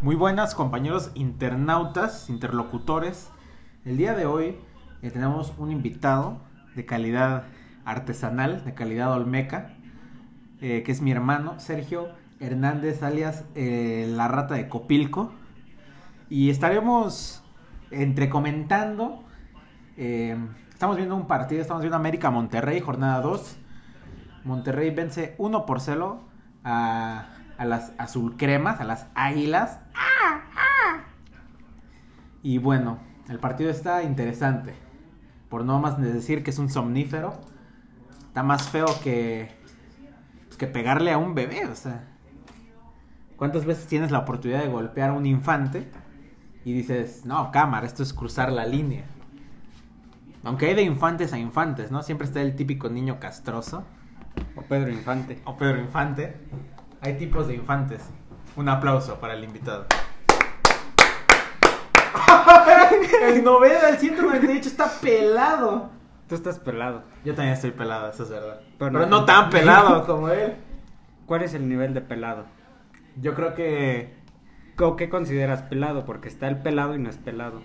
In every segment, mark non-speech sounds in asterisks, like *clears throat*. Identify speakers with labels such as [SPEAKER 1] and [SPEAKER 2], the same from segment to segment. [SPEAKER 1] Muy buenas compañeros internautas, interlocutores. El día de hoy eh, tenemos un invitado de calidad artesanal, de calidad olmeca, eh, que es mi hermano Sergio Hernández, alias eh, La Rata de Copilco. Y estaremos entre comentando, eh, estamos viendo un partido, estamos viendo América Monterrey, jornada 2. Monterrey vence 1 por 0 a, a las azulcremas, a las águilas. Y bueno, el partido está interesante. Por no más decir que es un somnífero. Está más feo que, pues, que pegarle a un bebé, o sea. ¿Cuántas veces tienes la oportunidad de golpear a un infante y dices, no, cámara, esto es cruzar la línea? Aunque hay de infantes a infantes, ¿no? Siempre está el típico niño castroso
[SPEAKER 2] O Pedro Infante.
[SPEAKER 1] o Oh, Pedro Infante. Hay tipos de infantes. Un aplauso para el
[SPEAKER 2] *laughs*
[SPEAKER 1] invitado. el novela del 198 está pelado.
[SPEAKER 2] Tú estás pelado.
[SPEAKER 1] Yo también estoy pelado, eso es verdad. Pero
[SPEAKER 2] Pero
[SPEAKER 1] no,
[SPEAKER 2] no-
[SPEAKER 1] tan
[SPEAKER 2] *laughs*
[SPEAKER 1] pelado como él.
[SPEAKER 2] ¿Cuál es el nivel de pelado?
[SPEAKER 1] Yo creo que
[SPEAKER 2] ¿O qué consideras pelado? Porque está el pelado y no es pelado.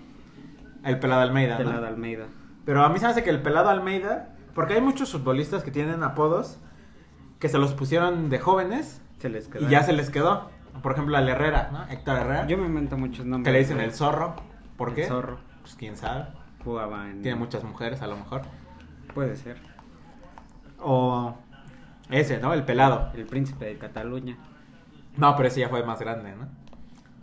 [SPEAKER 1] el pelado Almeida. ¿no?
[SPEAKER 2] Pelado Almeida.
[SPEAKER 1] Pero a mí se me hace que el pelado Almeida, porque hay muchos futbolistas que tienen apodos que se los pusieron de jóvenes
[SPEAKER 2] Se les quedó.
[SPEAKER 1] y ya se les quedó. Por ejemplo, al Herrera, ¿no? Héctor Herrera.
[SPEAKER 2] Yo me invento muchos nombres.
[SPEAKER 1] que le dicen
[SPEAKER 2] güey.
[SPEAKER 1] el zorro. ¿Por
[SPEAKER 2] El
[SPEAKER 1] qué?
[SPEAKER 2] zorro.
[SPEAKER 1] Pues quién sabe.
[SPEAKER 2] Jugaba en.
[SPEAKER 1] Tiene muchas mujeres, a lo mejor.
[SPEAKER 2] Puede ser.
[SPEAKER 1] O ese, ¿no? El pelado.
[SPEAKER 2] El príncipe de Cataluña.
[SPEAKER 1] No, pero ese ya fue más grande, ¿no?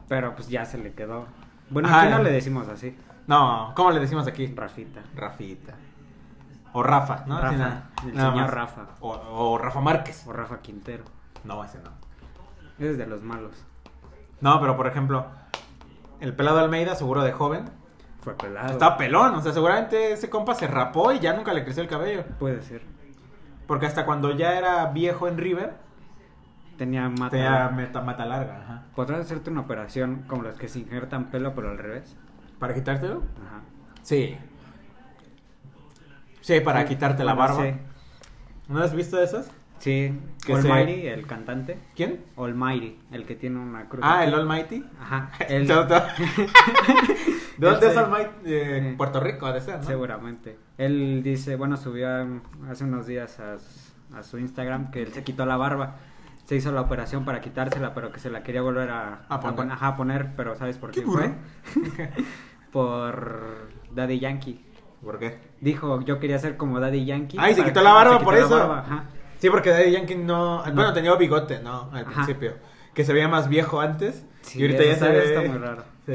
[SPEAKER 2] Pero pues ya se le quedó. Bueno,
[SPEAKER 1] Ajá.
[SPEAKER 2] aquí no le decimos así.
[SPEAKER 1] No, ¿cómo le decimos aquí?
[SPEAKER 2] Rafita.
[SPEAKER 1] Rafita. O Rafa, ¿no?
[SPEAKER 2] Rafa,
[SPEAKER 1] Sí, nada-
[SPEAKER 2] el
[SPEAKER 1] nada
[SPEAKER 2] señor
[SPEAKER 1] más.
[SPEAKER 2] Rafa.
[SPEAKER 1] O, o Rafa Márquez.
[SPEAKER 2] O Rafa Quintero.
[SPEAKER 1] No, ese no.
[SPEAKER 2] Ese Es de los malos.
[SPEAKER 1] No, pero por ejemplo, el pelado Almeida, seguro de joven,
[SPEAKER 2] Fue pelado.
[SPEAKER 1] está pelón. O sea, seguramente ese compa se rapó y ya nunca le creció el cabello.
[SPEAKER 2] Puede ser.
[SPEAKER 1] Porque hasta cuando ya era viejo en River,
[SPEAKER 2] Tenía mata.
[SPEAKER 1] tenía meta, mata larga. Ajá.
[SPEAKER 2] ¿Podrás hacerte una operación como las que se injertan pelo pero al revés?
[SPEAKER 1] ¿Para quitártelo?
[SPEAKER 2] Ajá.
[SPEAKER 1] Sí. Sí, para
[SPEAKER 2] Sí,
[SPEAKER 1] quitarte la
[SPEAKER 2] bueno,
[SPEAKER 1] barba. ¿No has visto esas?
[SPEAKER 2] Sí, sí.
[SPEAKER 1] Que
[SPEAKER 2] Almighty, el cantante.
[SPEAKER 1] ¿Quién?
[SPEAKER 2] Almighty, el que tiene una cruz.
[SPEAKER 1] Ah, el Almighty. *laughs*
[SPEAKER 2] Ajá. él, *laughs*
[SPEAKER 1] Yo- yo- ¿De dónde
[SPEAKER 2] Ese.
[SPEAKER 1] es Almighty? Eh, Puerto Rico, ha de ser, ¿no?
[SPEAKER 2] seguramente. Él dice, bueno, subió um, hace unos días a, s- a su Instagram que él se quitó la barba. Se hizo la operación para quitársela, pero que se la quería volver a,
[SPEAKER 1] A poner.
[SPEAKER 2] pon- ajá, a poner, pero ¿sabes por
[SPEAKER 1] ¿Qué
[SPEAKER 2] qué fue?
[SPEAKER 1] burro?
[SPEAKER 2] *laughs* por Daddy Yankee.
[SPEAKER 1] ¿Por qué?
[SPEAKER 2] Dijo, yo quería ser como Daddy Yankee.
[SPEAKER 1] Ay, se
[SPEAKER 2] para
[SPEAKER 1] quitó
[SPEAKER 2] que-
[SPEAKER 1] la barba
[SPEAKER 2] se quitó
[SPEAKER 1] por
[SPEAKER 2] la
[SPEAKER 1] eso.
[SPEAKER 2] barba, ajá.
[SPEAKER 1] Sí, porque Daddy Yankee no... Bueno, tenía bigote, ¿no? Al
[SPEAKER 2] Ajá.
[SPEAKER 1] principio. Que se veía más viejo antes.
[SPEAKER 2] Sí,
[SPEAKER 1] y ahorita ya se
[SPEAKER 2] eso está-
[SPEAKER 1] ve...
[SPEAKER 2] está muy raro.
[SPEAKER 1] Sí.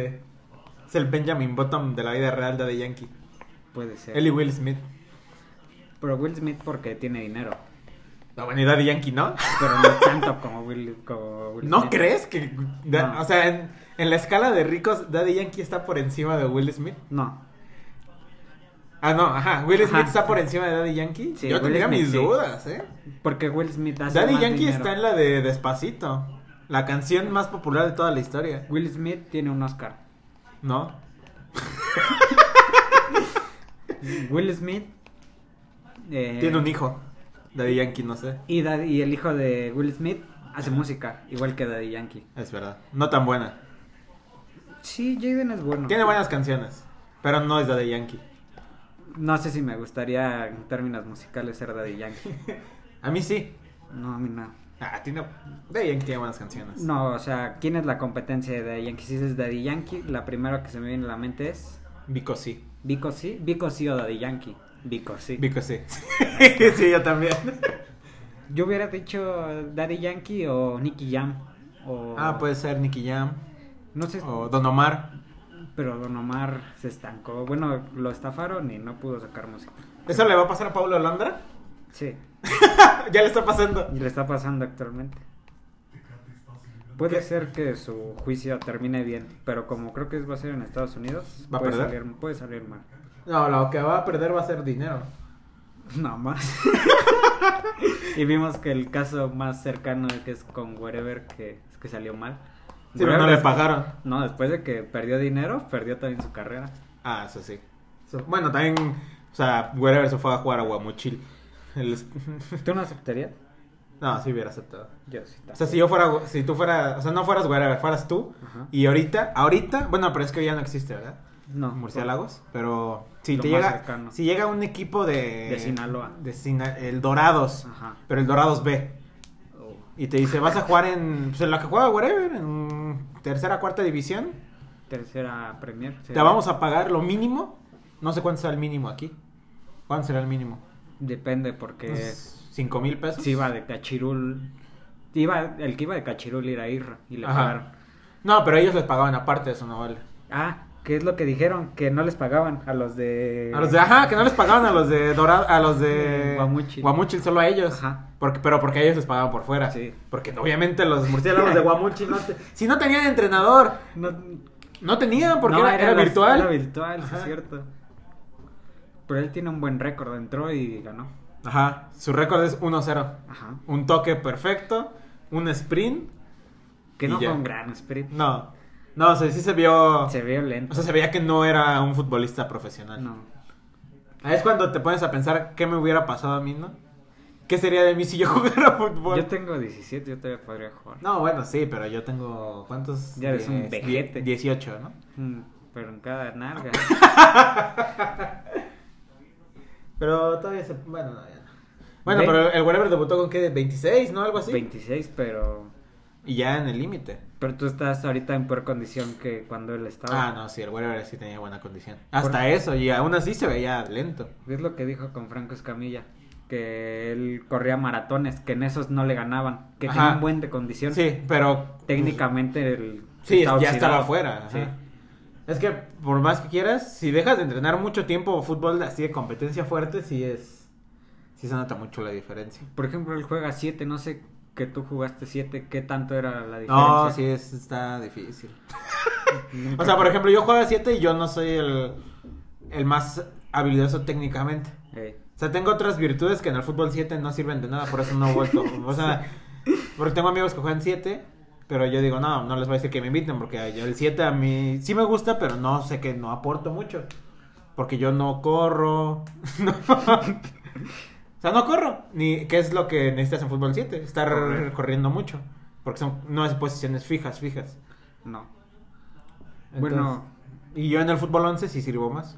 [SPEAKER 1] Es el Benjamin Bottom de la vida real Daddy Yankee.
[SPEAKER 2] Puede ser.
[SPEAKER 1] Él y Will Smith.
[SPEAKER 2] Pero Will Smith porque tiene dinero.
[SPEAKER 1] La bueno, y Daddy Yankee, ¿no?
[SPEAKER 2] Pero no tanto como Will, como Will
[SPEAKER 1] ¿No
[SPEAKER 2] Smith.
[SPEAKER 1] crees que... da-
[SPEAKER 2] No.
[SPEAKER 1] O sea, en, en la escala de ricos, Daddy Yankee está por encima de Will Smith.
[SPEAKER 2] No.
[SPEAKER 1] Ah, no, ajá. Will Smith
[SPEAKER 2] Ajá.
[SPEAKER 1] está por encima de Daddy Yankee.
[SPEAKER 2] Sí,
[SPEAKER 1] Yo
[SPEAKER 2] Will
[SPEAKER 1] tendría
[SPEAKER 2] Smith,
[SPEAKER 1] mis
[SPEAKER 2] sí.
[SPEAKER 1] dudas, ¿eh?
[SPEAKER 2] Porque Will Smith hace
[SPEAKER 1] Daddy
[SPEAKER 2] más
[SPEAKER 1] Yankee
[SPEAKER 2] dinero.
[SPEAKER 1] está en la de Despacito. La canción más popular de toda la historia.
[SPEAKER 2] Will Smith tiene un Oscar.
[SPEAKER 1] ¿No?
[SPEAKER 2] Will Smith... eh,
[SPEAKER 1] Tiene un hijo. Daddy Yankee, no sé.
[SPEAKER 2] Y, Daddy- y el hijo de Will Smith hace música, igual que Daddy Yankee.
[SPEAKER 1] Es verdad. No tan buena.
[SPEAKER 2] Sí, Jaden es bueno.
[SPEAKER 1] Tiene buenas canciones. Pero no es Daddy Yankee.
[SPEAKER 2] No sé si me gustaría en términos musicales ser Daddy Yankee.
[SPEAKER 1] A mí sí.
[SPEAKER 2] No, a mí no.
[SPEAKER 1] Ah, tiene... Daddy Yankee tiene buenas canciones.
[SPEAKER 2] No, o sea, ¿quién es la competencia de Daddy Yankee? Si dices Daddy Yankee, la primera que se me viene a la mente es
[SPEAKER 1] Vico sí.
[SPEAKER 2] Vico sí, Vico sí o Daddy Yankee. Vico sí.
[SPEAKER 1] Vico
[SPEAKER 2] *laughs*
[SPEAKER 1] sí. sí, yo también.
[SPEAKER 2] Yo hubiera dicho Daddy Yankee o Nicky Jam. O...
[SPEAKER 1] Ah, puede ser Nicky Jam.
[SPEAKER 2] No sé,
[SPEAKER 1] O Don Omar.
[SPEAKER 2] pero Don Omar se estancó. Bueno, lo estafaron y no pudo sacar música.
[SPEAKER 1] ¿Eso le va a pasar a Pablo Londra?
[SPEAKER 2] Sí,
[SPEAKER 1] *laughs* ya le está pasando.
[SPEAKER 2] y le está pasando actualmente. Puede
[SPEAKER 1] ¿Qué?
[SPEAKER 2] ser que su juicio termine bien, pero como creo que va a ser en Estados Unidos,
[SPEAKER 1] ¿Va a
[SPEAKER 2] puede,
[SPEAKER 1] perder?
[SPEAKER 2] salir, puede salir mal.
[SPEAKER 1] No, lo que va a perder va a ser dinero.
[SPEAKER 2] Nada más.
[SPEAKER 1] *laughs*
[SPEAKER 2] y vimos que el caso más cercano que es con Wherever que, que salió mal.
[SPEAKER 1] Sí, pero no
[SPEAKER 2] Wherever
[SPEAKER 1] le
[SPEAKER 2] es-
[SPEAKER 1] pagaron.
[SPEAKER 2] No, después de que perdió dinero, perdió también su carrera.
[SPEAKER 1] Ah, eso sí. So- bueno, también, o sea, Wherever se fue a jugar a Guamuchil. El-
[SPEAKER 2] ¿Tú no aceptarías?
[SPEAKER 1] *laughs* No, sí hubiera aceptado.
[SPEAKER 2] Yo sí.
[SPEAKER 1] O sea, si yo fuera, si tú fueras, o sea, no fueras wherever, fueras tú.
[SPEAKER 2] Ajá.
[SPEAKER 1] Y ahorita, ahorita, bueno, pero es que ya no existe, ¿verdad?
[SPEAKER 2] No.
[SPEAKER 1] Murciélagos, pero si
[SPEAKER 2] Lo
[SPEAKER 1] te
[SPEAKER 2] más
[SPEAKER 1] llega,
[SPEAKER 2] cercano.
[SPEAKER 1] si llega un equipo de...
[SPEAKER 2] De Sinaloa.
[SPEAKER 1] De Sina- el Dorados,
[SPEAKER 2] Ajá.
[SPEAKER 1] pero el Dorados B.
[SPEAKER 2] Oh.
[SPEAKER 1] Y te dice, vas a jugar en, pues, en la que juega wherever, en tercera, cuarta división.
[SPEAKER 2] Tercera Premier.
[SPEAKER 1] Te vamos a pagar lo mínimo. No sé cuánto será el mínimo aquí. ¿Cuánto será el mínimo?
[SPEAKER 2] Depende porque
[SPEAKER 1] Unos ¿Cinco mil pesos?
[SPEAKER 2] si iba de Cachirul. Iba, el que iba de Cachirul era Irra y le
[SPEAKER 1] Ajá.
[SPEAKER 2] pagaron.
[SPEAKER 1] No, pero ellos les pagaban aparte, eso no vale.
[SPEAKER 2] Ah, ¿qué es lo que dijeron? Que no les pagaban a los de.
[SPEAKER 1] A los de, ajá, que no les pagaban a los de Dorado, a los de
[SPEAKER 2] Mm, Guamúchil.
[SPEAKER 1] solo a ellos.
[SPEAKER 2] Ajá.
[SPEAKER 1] Porque, pero porque a ellos les pagaban por fuera.
[SPEAKER 2] Sí.
[SPEAKER 1] Porque obviamente los murciélagos
[SPEAKER 2] *laughs*
[SPEAKER 1] de Guamuchil no te- si no tenían entrenador,
[SPEAKER 2] No,
[SPEAKER 1] no tenían porque
[SPEAKER 2] No,
[SPEAKER 1] era, era
[SPEAKER 2] las-
[SPEAKER 1] virtual.
[SPEAKER 2] Era virtual, sí
[SPEAKER 1] Ajá.
[SPEAKER 2] es cierto. Pero él tiene un buen récord, entró y ganó.
[SPEAKER 1] Ajá, su récord es 1-0.
[SPEAKER 2] Ajá.
[SPEAKER 1] Un toque perfecto, un sprint.
[SPEAKER 2] Que
[SPEAKER 1] Y
[SPEAKER 2] no
[SPEAKER 1] ya.
[SPEAKER 2] fue un gran sprint.
[SPEAKER 1] No, no, o sea, sí se vio.
[SPEAKER 2] Se vio lento.
[SPEAKER 1] O sea, se veía que no era un futbolista profesional.
[SPEAKER 2] no.
[SPEAKER 1] Ahí es cuando te pones a pensar qué me hubiera pasado a mí, ¿no? ¿Qué sería de mí si yo *laughs* jugara fútbol?
[SPEAKER 2] Yo tengo 17, yo todavía podría jugar.
[SPEAKER 1] No, bueno, sí, pero yo tengo. ¿Cuántos?
[SPEAKER 2] Ya eres un
[SPEAKER 1] Diez-
[SPEAKER 2] vejete.
[SPEAKER 1] 18, ¿no?
[SPEAKER 2] Mm, Pero en
[SPEAKER 1] *laughs*
[SPEAKER 2] cada nalga.
[SPEAKER 1] Pero todavía se. Bueno, no, ya no. Bueno,
[SPEAKER 2] Ve-
[SPEAKER 1] pero el Whatever debutó con qué? ¿26, no? Algo así.
[SPEAKER 2] 26, pero.
[SPEAKER 1] Y ya en el límite.
[SPEAKER 2] Pero tú estás ahorita en peor condición que cuando él estaba.
[SPEAKER 1] Ah, no, sí, el Whatever sí tenía buena condición. Hasta eso, y aún así se veía lento.
[SPEAKER 2] Es lo que dijo con Franco Escamilla. Que él corría maratones, que en esos no le ganaban. Que
[SPEAKER 1] Ajá.
[SPEAKER 2] tenía un buen de condición.
[SPEAKER 1] Sí, pero.
[SPEAKER 2] Técnicamente el.
[SPEAKER 1] Sí,
[SPEAKER 2] está
[SPEAKER 1] ya estaba
[SPEAKER 2] oxidado.
[SPEAKER 1] afuera. ajá.
[SPEAKER 2] Sí.
[SPEAKER 1] Es que por más que quieras, si dejas de entrenar mucho tiempo fútbol así de competencia fuerte, sí es. Sí se nota mucho la diferencia.
[SPEAKER 2] Por ejemplo, él juega 7, no sé que tú jugaste 7, ¿qué tanto era la diferencia?
[SPEAKER 1] No, sí es, está *laughs* difícil. O sea, por ejemplo, yo juego a 7 y yo no soy el, el más habilidoso técnicamente.
[SPEAKER 2] Ey,
[SPEAKER 1] O sea, tengo otras virtudes que en el fútbol 7 no sirven de nada, por eso no he vuelto. O sea, porque tengo amigos que juegan 7, pero yo digo, no, no les voy a decir que me inviten, porque yo el 7 a mí sí me gusta, pero no sé que no aporto mucho. Porque yo no corro. *laughs* No. o sea, no corro. Ni, ¿Qué es lo que necesitas en fútbol 7? Estar
[SPEAKER 2] Correr.
[SPEAKER 1] corriendo mucho. Porque son, no es posiciones fijas, fijas.
[SPEAKER 2] no.
[SPEAKER 1] Entonces-
[SPEAKER 2] Bueno.
[SPEAKER 1] Y yo en el fútbol 11 sí sirvo más.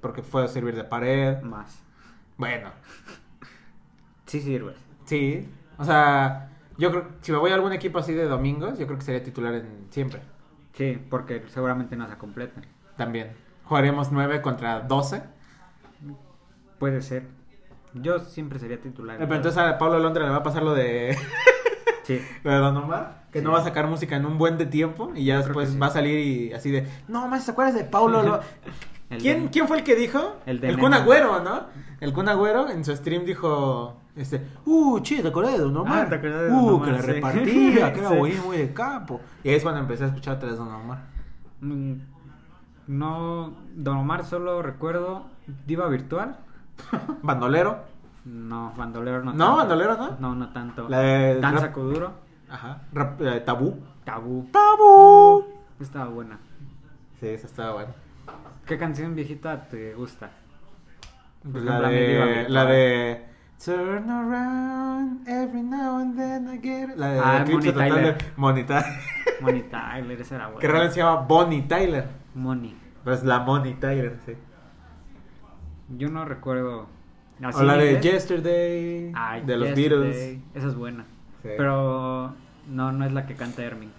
[SPEAKER 1] Porque puedo servir de pared.
[SPEAKER 2] Más.
[SPEAKER 1] Bueno,
[SPEAKER 2] Sí sirve.
[SPEAKER 1] sí. O sea, yo creo si me voy a algún equipo así de domingos, yo creo que sería titular en siempre.
[SPEAKER 2] Sí, porque seguramente no se completan.
[SPEAKER 1] También. Jugaremos 9 contra 12. Eh,
[SPEAKER 2] Puede ser. Yo siempre sería titular.
[SPEAKER 1] Pero entonces a Pablo Londra le va a pasar lo de, *laughs*
[SPEAKER 2] Sí.
[SPEAKER 1] lo de Don Omar. Que no
[SPEAKER 2] Sí.
[SPEAKER 1] va a sacar música en un buen de tiempo. Y ya
[SPEAKER 2] Yo creo
[SPEAKER 1] después
[SPEAKER 2] que sí.
[SPEAKER 1] va a salir y así de. No, más, ¿te acuerdas de Pablo? Lo-
[SPEAKER 2] *laughs* El
[SPEAKER 1] ¿Quién,
[SPEAKER 2] de-
[SPEAKER 1] quién fue el que dijo?
[SPEAKER 2] El de
[SPEAKER 1] Kun
[SPEAKER 2] Nemo.
[SPEAKER 1] Agüero, ¿no? El Kun Agüero en su stream dijo, este, uh, che, ¿te acordás de Don Omar?
[SPEAKER 2] Ah, ¿te acordás de
[SPEAKER 1] uh,
[SPEAKER 2] Don Omar?
[SPEAKER 1] que la
[SPEAKER 2] Sí.
[SPEAKER 1] repartía, que era
[SPEAKER 2] *laughs* Sí.
[SPEAKER 1] güey muy de campo. Y ahí es cuando empecé a escuchar otra vez Don Omar.
[SPEAKER 2] Mm, No. Don Omar solo recuerdo. ¿Diva virtual?
[SPEAKER 1] Bandolero.
[SPEAKER 2] No, bandolero no.
[SPEAKER 1] No,
[SPEAKER 2] tanto.
[SPEAKER 1] bandolero no.
[SPEAKER 2] No, no tanto.
[SPEAKER 1] La de-
[SPEAKER 2] Danza
[SPEAKER 1] la-
[SPEAKER 2] Kuduro.
[SPEAKER 1] Ajá. Rap- eh, tabú.
[SPEAKER 2] Tabú.
[SPEAKER 1] Tabú.
[SPEAKER 2] Estaba buena.
[SPEAKER 1] Sí, esa estaba buena.
[SPEAKER 2] ¿Qué canción viejita te gusta? Por
[SPEAKER 1] Pues la
[SPEAKER 2] ejemplo, a mí Diva
[SPEAKER 1] de...
[SPEAKER 2] Virtual.
[SPEAKER 1] La de... Turn around every now and then I get it. La de
[SPEAKER 2] Ah,
[SPEAKER 1] Eclipse
[SPEAKER 2] Bonnie
[SPEAKER 1] Total de
[SPEAKER 2] Tyler.
[SPEAKER 1] Bonnie Tyler.
[SPEAKER 2] Money Tyler, esa era
[SPEAKER 1] *laughs*
[SPEAKER 2] buena.
[SPEAKER 1] que realmente se llama Bonnie Tyler.
[SPEAKER 2] Money.
[SPEAKER 1] Pero es la Bonnie Tyler, sí.
[SPEAKER 2] Yo no recuerdo. así
[SPEAKER 1] o la de
[SPEAKER 2] inglés.
[SPEAKER 1] Yesterday,
[SPEAKER 2] Ah,
[SPEAKER 1] de los
[SPEAKER 2] Yesterday.
[SPEAKER 1] Beatles.
[SPEAKER 2] Esa es buena.
[SPEAKER 1] Sí.
[SPEAKER 2] Pero no, no es la que canta Hermin.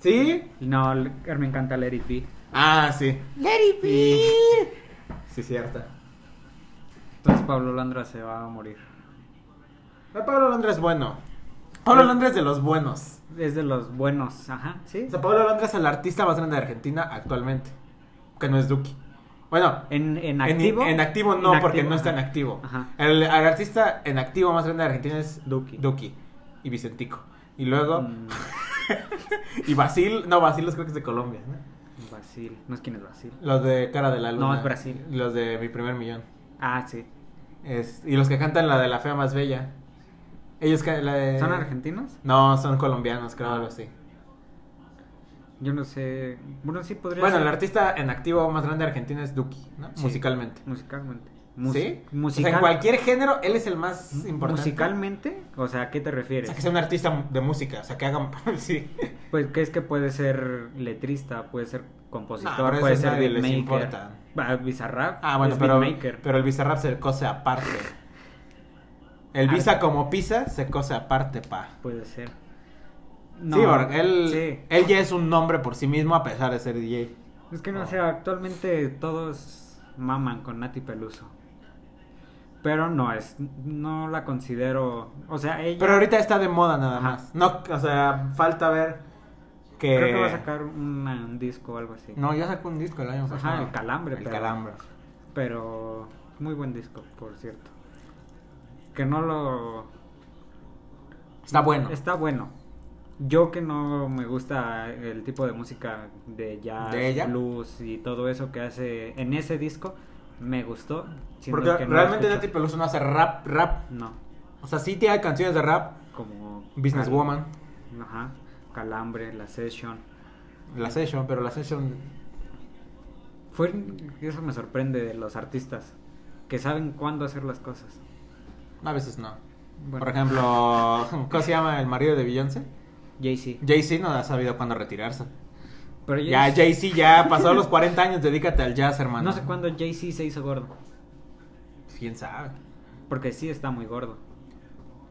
[SPEAKER 1] ¿Sí?
[SPEAKER 2] No, el- Hermin canta Let It Be.
[SPEAKER 1] Ah, sí.
[SPEAKER 2] Y
[SPEAKER 1] Sí, cierta.
[SPEAKER 2] entonces Pablo Landra se va a morir.
[SPEAKER 1] Ah, Pablo Londra es bueno. Pablo
[SPEAKER 2] Eh.
[SPEAKER 1] Londra es de los buenos.
[SPEAKER 2] Es de los buenos, ajá, ¿sí?
[SPEAKER 1] O sea, Pablo Londra es el artista más grande de Argentina actualmente. Que no es Duki. Bueno,
[SPEAKER 2] En, en activo.
[SPEAKER 1] En, activo no,
[SPEAKER 2] En
[SPEAKER 1] porque
[SPEAKER 2] activo,
[SPEAKER 1] no está en
[SPEAKER 2] ajá.
[SPEAKER 1] activo.
[SPEAKER 2] Ajá.
[SPEAKER 1] El, el artista en activo más grande de Argentina es
[SPEAKER 2] Duki.
[SPEAKER 1] Duki y Vicentico. Y luego.
[SPEAKER 2] Mm,
[SPEAKER 1] Y Basil. No, Basil los creo que es de Colombia. ¿no?
[SPEAKER 2] Brasil. No es quién es Brasil.
[SPEAKER 1] Los de Cara de la Luna.
[SPEAKER 2] No, es Brasil.
[SPEAKER 1] Los de Mi Primer Millón.
[SPEAKER 2] Ah, sí.
[SPEAKER 1] Es- y los que cantan la de la fea más bella. Ellos can- la de...
[SPEAKER 2] ¿Son argentinos?
[SPEAKER 1] No, son colombianos, creo algo así.
[SPEAKER 2] Yo no sé. Bueno, sí podría
[SPEAKER 1] Bueno,
[SPEAKER 2] ser.
[SPEAKER 1] el artista en activo más grande de Argentina es Duki, ¿no?
[SPEAKER 2] Sí,
[SPEAKER 1] Musicalmente.
[SPEAKER 2] Musicalmente. Mus-
[SPEAKER 1] ¿Sí? O sea,
[SPEAKER 2] musical-
[SPEAKER 1] en cualquier género, él es el más importante.
[SPEAKER 2] musicalmente, o sea, ¿a qué te
[SPEAKER 1] O
[SPEAKER 2] refieres?
[SPEAKER 1] sea, que sea un artista de música, o sea, que hagan... *laughs* sí.
[SPEAKER 2] Pues que es que puede ser letrista, puede ser
[SPEAKER 1] No,
[SPEAKER 2] compositor,
[SPEAKER 1] pero
[SPEAKER 2] puede
[SPEAKER 1] esos
[SPEAKER 2] ser
[SPEAKER 1] nadie les
[SPEAKER 2] beatmaker.
[SPEAKER 1] importa.
[SPEAKER 2] Ah, Bizarrap
[SPEAKER 1] Ah, bueno,
[SPEAKER 2] es
[SPEAKER 1] pero,
[SPEAKER 2] beatmaker.
[SPEAKER 1] pero el Bizarrap se cose aparte. El
[SPEAKER 2] Ah.
[SPEAKER 1] Visa como pizza se cose aparte, pa.
[SPEAKER 2] Puede ser.
[SPEAKER 1] sí, porque él,
[SPEAKER 2] sí.
[SPEAKER 1] él ya es un nombre por sí mismo a pesar de ser DJ.
[SPEAKER 2] Es que no
[SPEAKER 1] Ah.
[SPEAKER 2] sé, actualmente todos maman con Nati Peluso. Pero no es, no la considero, o sea, ella
[SPEAKER 1] Pero ahorita está de moda nada
[SPEAKER 2] Ajá.
[SPEAKER 1] más. No, o sea, falta ver que...
[SPEAKER 2] creo que va a sacar una- un disco o algo así.
[SPEAKER 1] No, ya sacó un disco el año
[SPEAKER 2] Ajá,
[SPEAKER 1] pasado.
[SPEAKER 2] el Calambre,
[SPEAKER 1] El
[SPEAKER 2] pero-
[SPEAKER 1] Calambre.
[SPEAKER 2] Pero muy buen disco, por cierto. Que no lo
[SPEAKER 1] Está bueno.
[SPEAKER 2] está bueno. Yo que no me gusta el tipo de música de jazz,
[SPEAKER 1] ¿De ella?
[SPEAKER 2] blues y todo eso que hace en ese disco me gustó. siendo
[SPEAKER 1] Porque
[SPEAKER 2] que no lo
[SPEAKER 1] realmente
[SPEAKER 2] escucho.
[SPEAKER 1] Nati Peluso no hace rap, rap.
[SPEAKER 2] no,
[SPEAKER 1] O sea, sí tiene canciones de rap.
[SPEAKER 2] como
[SPEAKER 1] Businesswoman,
[SPEAKER 2] Ajá, Calambre, La Session.
[SPEAKER 1] La Session, pero La Session
[SPEAKER 2] Fue, eso me sorprende de los artistas, que saben cuándo hacer las cosas.
[SPEAKER 1] a veces no.
[SPEAKER 2] Bueno.
[SPEAKER 1] Por ejemplo, *laughs* ¿cómo se llama el marido de Beyoncé?
[SPEAKER 2] Jay-Z.
[SPEAKER 1] Jay-Z no ha sabido cuándo retirarse.
[SPEAKER 2] Pero
[SPEAKER 1] Ya,
[SPEAKER 2] Jay-Z-
[SPEAKER 1] Jay-Z ya pasó los 40 años, dedícate al jazz, hermano.
[SPEAKER 2] No sé cuándo Jay-Z se hizo gordo,
[SPEAKER 1] ¿Quién sabe?
[SPEAKER 2] porque sí está muy gordo.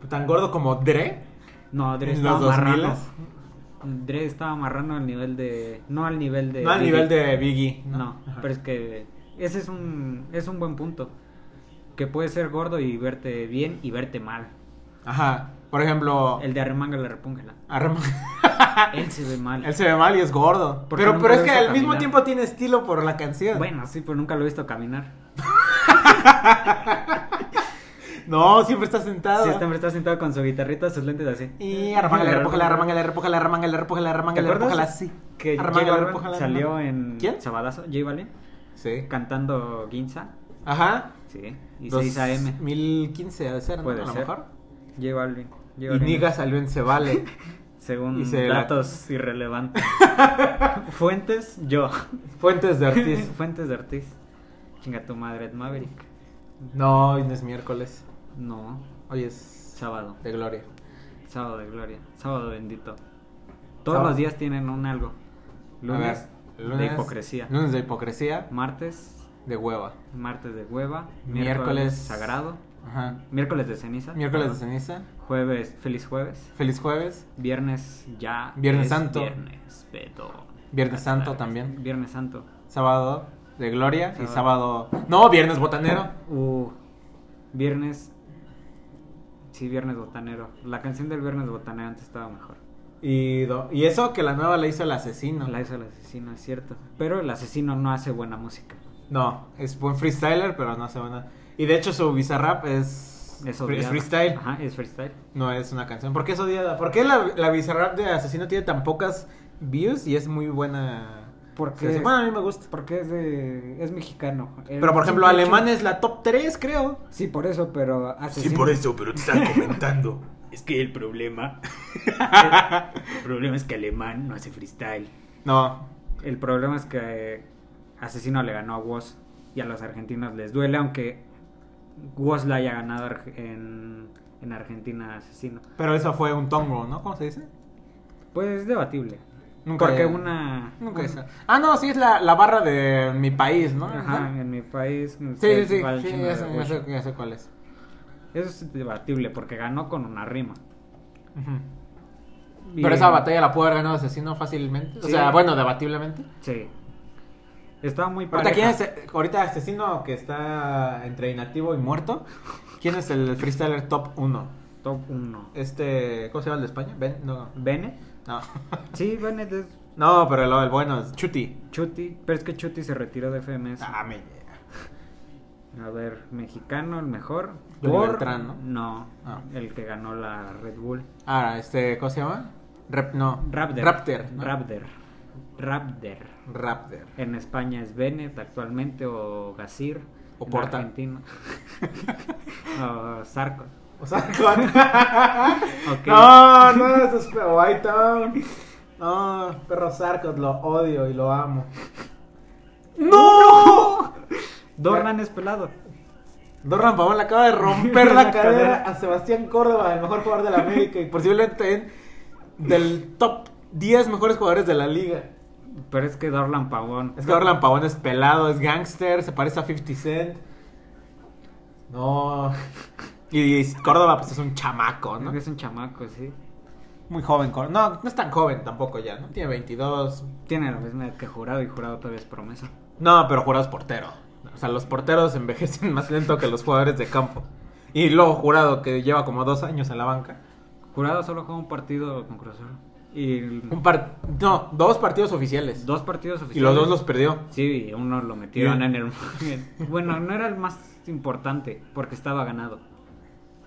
[SPEAKER 1] Tan gordo como Dre
[SPEAKER 2] No, Dre
[SPEAKER 1] en
[SPEAKER 2] estaba
[SPEAKER 1] los 2000
[SPEAKER 2] marrano. Dre estaba marrano al nivel de... No al nivel de...
[SPEAKER 1] No al nivel
[SPEAKER 2] Biggie.
[SPEAKER 1] de Biggie.
[SPEAKER 2] No,
[SPEAKER 1] Ajá.
[SPEAKER 2] pero es que ese es un, es un buen punto. Que puedes ser gordo y verte bien y verte mal.
[SPEAKER 1] Ajá. Por ejemplo,
[SPEAKER 2] El de Arremanga la repúngela. *laughs*
[SPEAKER 1] Arma-
[SPEAKER 2] Él se ve mal.
[SPEAKER 1] Ah. él se ve mal y es gordo.
[SPEAKER 2] Porque
[SPEAKER 1] Pero,
[SPEAKER 2] nunca
[SPEAKER 1] pero
[SPEAKER 2] lo
[SPEAKER 1] es que
[SPEAKER 2] hizo
[SPEAKER 1] al mismo
[SPEAKER 2] caminar.
[SPEAKER 1] tiempo tiene estilo por la canción.
[SPEAKER 2] Bueno, sí, pero nunca lo he visto caminar.
[SPEAKER 1] No, siempre está sentado.
[SPEAKER 2] Sí, este está, está sentado con su guitarrita, sus lentes así.
[SPEAKER 1] Y armángale, repójala, armángale, repójala, armángale, repójala,
[SPEAKER 2] ¿Te
[SPEAKER 1] armángale,
[SPEAKER 2] acuerdas?
[SPEAKER 1] repójala, sí.
[SPEAKER 2] Que J
[SPEAKER 1] Armángale,
[SPEAKER 2] Balvin
[SPEAKER 1] repójala,
[SPEAKER 2] salió
[SPEAKER 1] armángale.
[SPEAKER 2] en
[SPEAKER 1] ¿Quién?
[SPEAKER 2] Sabadazo, J Balvin,
[SPEAKER 1] Sí.
[SPEAKER 2] cantando Ginza.
[SPEAKER 1] Ajá.
[SPEAKER 2] Sí. Y 6 AM.
[SPEAKER 1] 2015 ha de ser, ¿no?
[SPEAKER 2] Puede
[SPEAKER 1] a lo
[SPEAKER 2] ser.
[SPEAKER 1] mejor.
[SPEAKER 2] J Balvin. J
[SPEAKER 1] Y
[SPEAKER 2] Balvin,
[SPEAKER 1] Niga salió en Se
[SPEAKER 2] *laughs*
[SPEAKER 1] Vale.
[SPEAKER 2] Según
[SPEAKER 1] y se la- *laughs*
[SPEAKER 2] datos irrelevantes. Fuentes, yo.
[SPEAKER 1] Fuentes de Ortiz.
[SPEAKER 2] *laughs* Fuentes de Ortiz. Chinga tu madre, Ed Maverick.
[SPEAKER 1] No, hoy no es miércoles.
[SPEAKER 2] No,
[SPEAKER 1] Hoy es
[SPEAKER 2] sábado.
[SPEAKER 1] de gloria.
[SPEAKER 2] Sábado de gloria. Sábado bendito. Todos
[SPEAKER 1] Sábado.
[SPEAKER 2] los días tienen un algo.
[SPEAKER 1] A
[SPEAKER 2] Lunes,
[SPEAKER 1] ver, lunes-
[SPEAKER 2] de hipocresía.
[SPEAKER 1] Lunes de hipocresía,
[SPEAKER 2] Martes,
[SPEAKER 1] de hueva.
[SPEAKER 2] martes de hueva.
[SPEAKER 1] Miércoles.
[SPEAKER 2] sagrado.
[SPEAKER 1] Ajá.
[SPEAKER 2] Miércoles de ceniza.
[SPEAKER 1] Miércoles de ceniza.
[SPEAKER 2] Jueves, feliz jueves.
[SPEAKER 1] Feliz jueves.
[SPEAKER 2] Viernes ya.
[SPEAKER 1] Viernes
[SPEAKER 2] es
[SPEAKER 1] Santo.
[SPEAKER 2] Viernes, pero-
[SPEAKER 1] Viernes Santo
[SPEAKER 2] Hasta-
[SPEAKER 1] también.
[SPEAKER 2] Viernes santo.
[SPEAKER 1] Sábado de gloria. Y
[SPEAKER 2] Sábado.
[SPEAKER 1] sábado. No, viernes botanero.
[SPEAKER 2] Uh, viernes. Sí, viernes botanero. La canción del viernes botanero antes estaba mejor.
[SPEAKER 1] Y, do- y eso que la nueva la hizo el asesino.
[SPEAKER 2] La hizo el asesino, es cierto. Pero el asesino no hace buena música.
[SPEAKER 1] No, es buen freestyler, pero no hace buena. Y de hecho su bizarrap es,
[SPEAKER 2] Es
[SPEAKER 1] fre- es
[SPEAKER 2] odiado.
[SPEAKER 1] freestyle.
[SPEAKER 2] Ajá, es freestyle.
[SPEAKER 1] No es una canción. ¿Por qué es odiada? ¿Por qué la, la Bizarrap de Asesino tiene tan pocas views y es muy buena?
[SPEAKER 2] Porque es,
[SPEAKER 1] Bueno, a mí me gusta.
[SPEAKER 2] porque es de- es mexicano. El
[SPEAKER 1] Pero por ejemplo,
[SPEAKER 2] simple
[SPEAKER 1] Alemán
[SPEAKER 2] hecho-
[SPEAKER 1] es la top 3, creo.
[SPEAKER 2] Sí, por eso, pero asesino.
[SPEAKER 3] Sí, por eso, pero te están comentando. es que el problema. el problema es que Alemán no hace freestyle.
[SPEAKER 1] No.
[SPEAKER 2] El problema es que eh, Asesino le ganó a Woz y a los argentinos les duele, aunque Woz la haya ganado a Arge- en, en Argentina a Asesino.
[SPEAKER 1] Pero eso fue un tongo, ¿no? ¿Cómo se dice?
[SPEAKER 2] Pues es debatible.
[SPEAKER 1] Nunca-
[SPEAKER 2] Porque una.
[SPEAKER 1] Nunca
[SPEAKER 2] un-
[SPEAKER 1] esa. Ah, no, sí es la, la barra de mi país, ¿no?
[SPEAKER 2] Ajá, en mi país.
[SPEAKER 1] Sí, sí,
[SPEAKER 2] ustedes
[SPEAKER 1] sí.
[SPEAKER 2] igual
[SPEAKER 1] sí,
[SPEAKER 2] chingo
[SPEAKER 1] ya,
[SPEAKER 2] de
[SPEAKER 1] sé, ya
[SPEAKER 2] huecho.
[SPEAKER 1] sé- ya sé cuál es.
[SPEAKER 2] Eso es debatible porque ganó con una rima.
[SPEAKER 1] Ujú.
[SPEAKER 2] Y-
[SPEAKER 1] Pero esa batalla la pudo haber ganado Asesino fácilmente. O
[SPEAKER 2] Sí.
[SPEAKER 1] sea, bueno, debatiblemente.
[SPEAKER 2] Sí. Estaba muy
[SPEAKER 1] Ahorita, ¿quién
[SPEAKER 2] pareja.
[SPEAKER 1] es, eh, ahorita Asesino que está entre inactivo y muerto. ¿Quién es el freestyler top 1?
[SPEAKER 2] Top 1.
[SPEAKER 1] Este, ¿cómo se llama el de España? Ben, no,
[SPEAKER 2] ¿Bene?
[SPEAKER 1] no. *laughs*
[SPEAKER 2] Sí, Bene es
[SPEAKER 1] No, pero el, el bueno es Chuti.
[SPEAKER 2] Chuti. Pero es que Chuti se retiró de FMS.
[SPEAKER 1] Ah, me.
[SPEAKER 2] A ver, mexicano, el mejor.
[SPEAKER 1] Johnny Beltrán, ¿no?
[SPEAKER 2] No,
[SPEAKER 1] Ah.
[SPEAKER 2] el que ganó la Red Bull.
[SPEAKER 1] Ah, este, ¿cómo se llama? Rep, no.
[SPEAKER 2] Raptor.
[SPEAKER 1] Raptor. ¿no?
[SPEAKER 2] Raptor. Raptor.
[SPEAKER 1] Raptor.
[SPEAKER 2] En España es Bennett actualmente o Gasir.
[SPEAKER 1] O
[SPEAKER 2] En
[SPEAKER 1] Porta.
[SPEAKER 2] Argentina. *laughs* o Sarko.
[SPEAKER 1] O sea, *laughs* con-
[SPEAKER 2] Ok.
[SPEAKER 1] No, no, eso es pe- White Town. No, perro Sarcos, lo odio y lo amo. ¡No!
[SPEAKER 2] *laughs* Dornan es pelado.
[SPEAKER 1] Dorlan Pavón le acaba de romper *laughs* la cadera a Sebastián Córdoba, el mejor jugador de la América y posiblemente en- del top 10 mejores jugadores de la liga.
[SPEAKER 2] Pero es que Dorlan Pavón.
[SPEAKER 1] Es que Dorlan Pavón es pelado, es gangster, se parece a 50 Cent. No. Y, y Córdoba pues es un chamaco, ¿no?
[SPEAKER 2] Es un chamaco, sí.
[SPEAKER 1] Muy joven, Cor- no, no es tan joven tampoco ya, ¿no? Tiene 22.
[SPEAKER 2] Tiene la misma edad que jurado y jurado todavía es promesa.
[SPEAKER 1] No, pero jurado es portero. O sea, los porteros envejecen *laughs* más lento que los jugadores de campo. Y luego jurado que lleva como dos años en la banca.
[SPEAKER 2] Jurado solo juega un partido con Cruz Azul. Y
[SPEAKER 1] Un par... No, dos partidos oficiales.
[SPEAKER 2] dos partidos oficiales.
[SPEAKER 1] Y los dos los perdió.
[SPEAKER 2] Sí, y uno lo metieron
[SPEAKER 1] Bien.
[SPEAKER 2] en el. bueno, no era el más importante porque estaba ganado.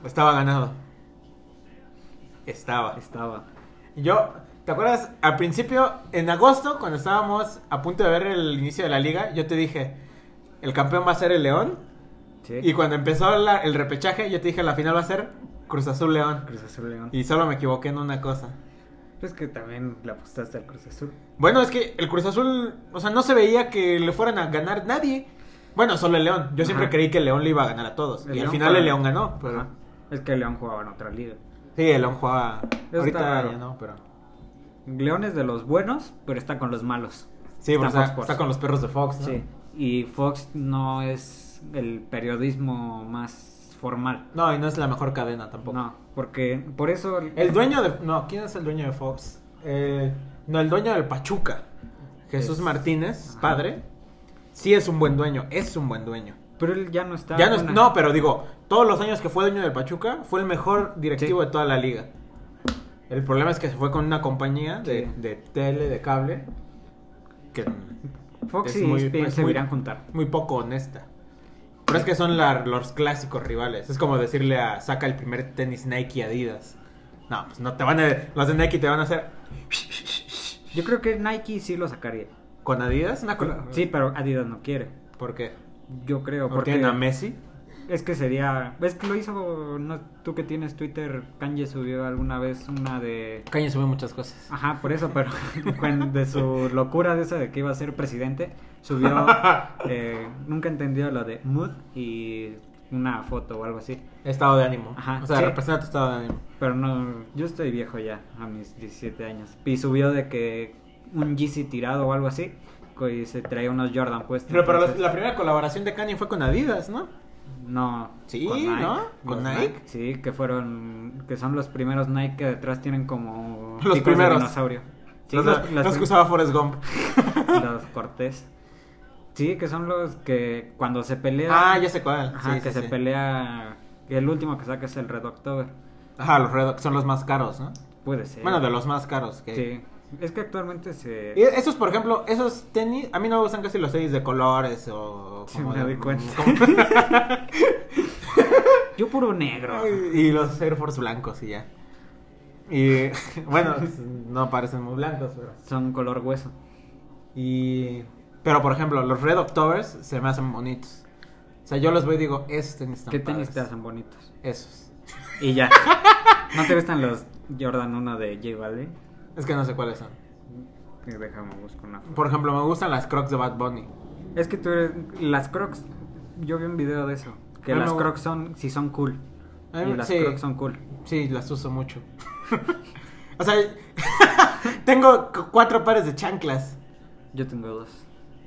[SPEAKER 1] Estaba ganado. Estaba.
[SPEAKER 2] Estaba.
[SPEAKER 1] Yo, ¿te acuerdas? Al principio, en agosto, cuando estábamos a punto de ver el inicio de la liga, yo te dije, el campeón va a ser el León.
[SPEAKER 2] Sí.
[SPEAKER 1] Y cuando empezó la- el repechaje, yo te dije, la final va a ser Cruz Azul León.
[SPEAKER 2] Cruz Azul León.
[SPEAKER 1] Y solo me equivoqué en una cosa.
[SPEAKER 2] Pues que también le apostaste al Cruz Azul.
[SPEAKER 1] Bueno, es que el Cruz Azul, o sea, no se veía que le fueran a ganar nadie. Bueno, solo el León. Yo siempre
[SPEAKER 2] Ajá.
[SPEAKER 1] creí que el León le iba a ganar a todos. y
[SPEAKER 2] El
[SPEAKER 1] al
[SPEAKER 2] León
[SPEAKER 1] final
[SPEAKER 2] para-
[SPEAKER 1] el León ganó. Pero...
[SPEAKER 2] Ajá. Es que León jugaba en otra liga.
[SPEAKER 1] Sí, el León jugaba.
[SPEAKER 2] Eso está
[SPEAKER 1] Ahorita
[SPEAKER 2] raro.
[SPEAKER 1] ya no, pero.
[SPEAKER 2] León es de los buenos, pero está con los malos.
[SPEAKER 1] Sí, pero está,
[SPEAKER 2] Está Fox Sports.
[SPEAKER 1] está con los perros de Fox, ¿no?
[SPEAKER 2] Sí. Y Fox no es el periodismo más formal.
[SPEAKER 1] No, y no es la mejor cadena tampoco.
[SPEAKER 2] No, porque por eso
[SPEAKER 1] El dueño de. No, ¿quién es el dueño de Fox? Eh, no, el dueño del Pachuca. Jesús
[SPEAKER 2] Es-
[SPEAKER 1] Martínez,
[SPEAKER 2] Ajá.
[SPEAKER 1] padre. Sí es un buen dueño, es un buen dueño.
[SPEAKER 2] Pero él ya no está.
[SPEAKER 1] ya no, es-
[SPEAKER 2] bueno,
[SPEAKER 1] no, pero digo, todos los años que fue dueño del Pachuca, fue el mejor directivo
[SPEAKER 2] Sí.
[SPEAKER 1] de toda la liga. El problema es que se fue con una compañía de,
[SPEAKER 2] Sí.
[SPEAKER 1] de tele, de cable, que
[SPEAKER 2] Fox
[SPEAKER 1] es
[SPEAKER 2] y
[SPEAKER 1] muy-
[SPEAKER 2] ESPN
[SPEAKER 1] es
[SPEAKER 2] se
[SPEAKER 1] muy-
[SPEAKER 2] irán a juntar.
[SPEAKER 1] muy poco honesta. Pero es que son la- los clásicos rivales. Es como decirle a saca el primer tenis Nike Adidas. No, pues no te van a. Los de Nike te van a hacer
[SPEAKER 2] Yo creo que Nike sí lo sacaría.
[SPEAKER 1] con Adidas. Una cola-
[SPEAKER 2] Sí, pero Adidas no quiere.
[SPEAKER 1] ¿Por qué?
[SPEAKER 2] Yo creo,
[SPEAKER 1] ¿Por
[SPEAKER 2] porque
[SPEAKER 1] tienen a Messi?
[SPEAKER 2] es que sería, ves que lo hizo no tú que tienes Twitter, Kanye subió alguna vez una de
[SPEAKER 1] Caña sube muchas cosas.
[SPEAKER 2] Ajá, por eso, pero *laughs* cuando- de su locura de esa de que iba a ser presidente,
[SPEAKER 1] *laughs*
[SPEAKER 2] subió, eh, nunca entendió lo de mood y una foto o algo así.
[SPEAKER 1] Estado de ánimo.
[SPEAKER 2] Ajá,
[SPEAKER 1] o sea,
[SPEAKER 2] sí.
[SPEAKER 1] representa tu estado de ánimo.
[SPEAKER 2] Pero no, yo estoy viejo ya, a mis 17 años. Y subió de que un Yeezy tirado o algo así, co- y se traía unos Jordan puestos.
[SPEAKER 1] Pero, pero la,
[SPEAKER 2] entonces-
[SPEAKER 1] la primera colaboración de Kanye fue con Adidas, ¿no?
[SPEAKER 2] No.
[SPEAKER 1] Sí, ¿no?
[SPEAKER 2] Los
[SPEAKER 1] ¿Con Nike?
[SPEAKER 2] Sí, que fueron, que son los primeros Nike que detrás tienen como...
[SPEAKER 1] *laughs* Los
[SPEAKER 2] picos de
[SPEAKER 1] primeros.
[SPEAKER 2] dinosaurio. Sí,
[SPEAKER 1] los,
[SPEAKER 2] los-
[SPEAKER 1] los
[SPEAKER 2] las
[SPEAKER 1] que
[SPEAKER 2] prim-
[SPEAKER 1] usaba Forrest Gump.
[SPEAKER 2] *laughs* los Cortés. Sí, que son los que cuando se pelea.
[SPEAKER 1] Ah, ya sé cuál.
[SPEAKER 2] Ajá,
[SPEAKER 1] Sí,
[SPEAKER 2] que
[SPEAKER 1] sí,
[SPEAKER 2] se
[SPEAKER 1] sí.
[SPEAKER 2] pelea. Que el último que saca es el Red October.
[SPEAKER 1] Ajá, los Red Hot son los más caros, ¿no?
[SPEAKER 2] Puede ser.
[SPEAKER 1] Bueno, de los más caros. Que...
[SPEAKER 2] Sí. Es que actualmente
[SPEAKER 1] Y
[SPEAKER 2] se.
[SPEAKER 1] esos, por ejemplo, esos tenis, a mí no me gustan casi los tenis de colores o...
[SPEAKER 2] Sí, me doy
[SPEAKER 1] de-
[SPEAKER 2] cuenta.
[SPEAKER 1] como-
[SPEAKER 2] Yo puro negro. *laughs*
[SPEAKER 1] y los Air Force blancos y ya. Y *laughs* bueno, no parecen muy blancos, pero...
[SPEAKER 2] Son color hueso.
[SPEAKER 1] Y... Pero, por ejemplo, los Red Octobers se me hacen bonitos. O sea, yo los veo y digo, esos tenis están
[SPEAKER 2] ¿Qué tenis
[SPEAKER 1] padres".
[SPEAKER 2] te hacen bonitos?
[SPEAKER 1] Esos. *laughs*
[SPEAKER 2] Y ya. ¿No te gustan los Jordan 1 de J Balvin?
[SPEAKER 1] Es que no sé cuáles son.
[SPEAKER 2] Que Déjame buscar una foto.
[SPEAKER 1] Por ejemplo, me gustan las Crocs de Bad Bunny.
[SPEAKER 2] Es que tú eres. Las Crocs. Yo vi un video de eso. Que
[SPEAKER 1] A mí
[SPEAKER 2] las
[SPEAKER 1] me-
[SPEAKER 2] Crocs son. Si son cool.
[SPEAKER 1] A mí
[SPEAKER 2] Y
[SPEAKER 1] me-
[SPEAKER 2] las
[SPEAKER 1] Ah, Eh, sí.
[SPEAKER 2] Crocs son cool.
[SPEAKER 1] Sí, las uso mucho. *laughs* o sea, *laughs* tengo cu- cuatro pares de chanclas.
[SPEAKER 2] Yo tengo dos.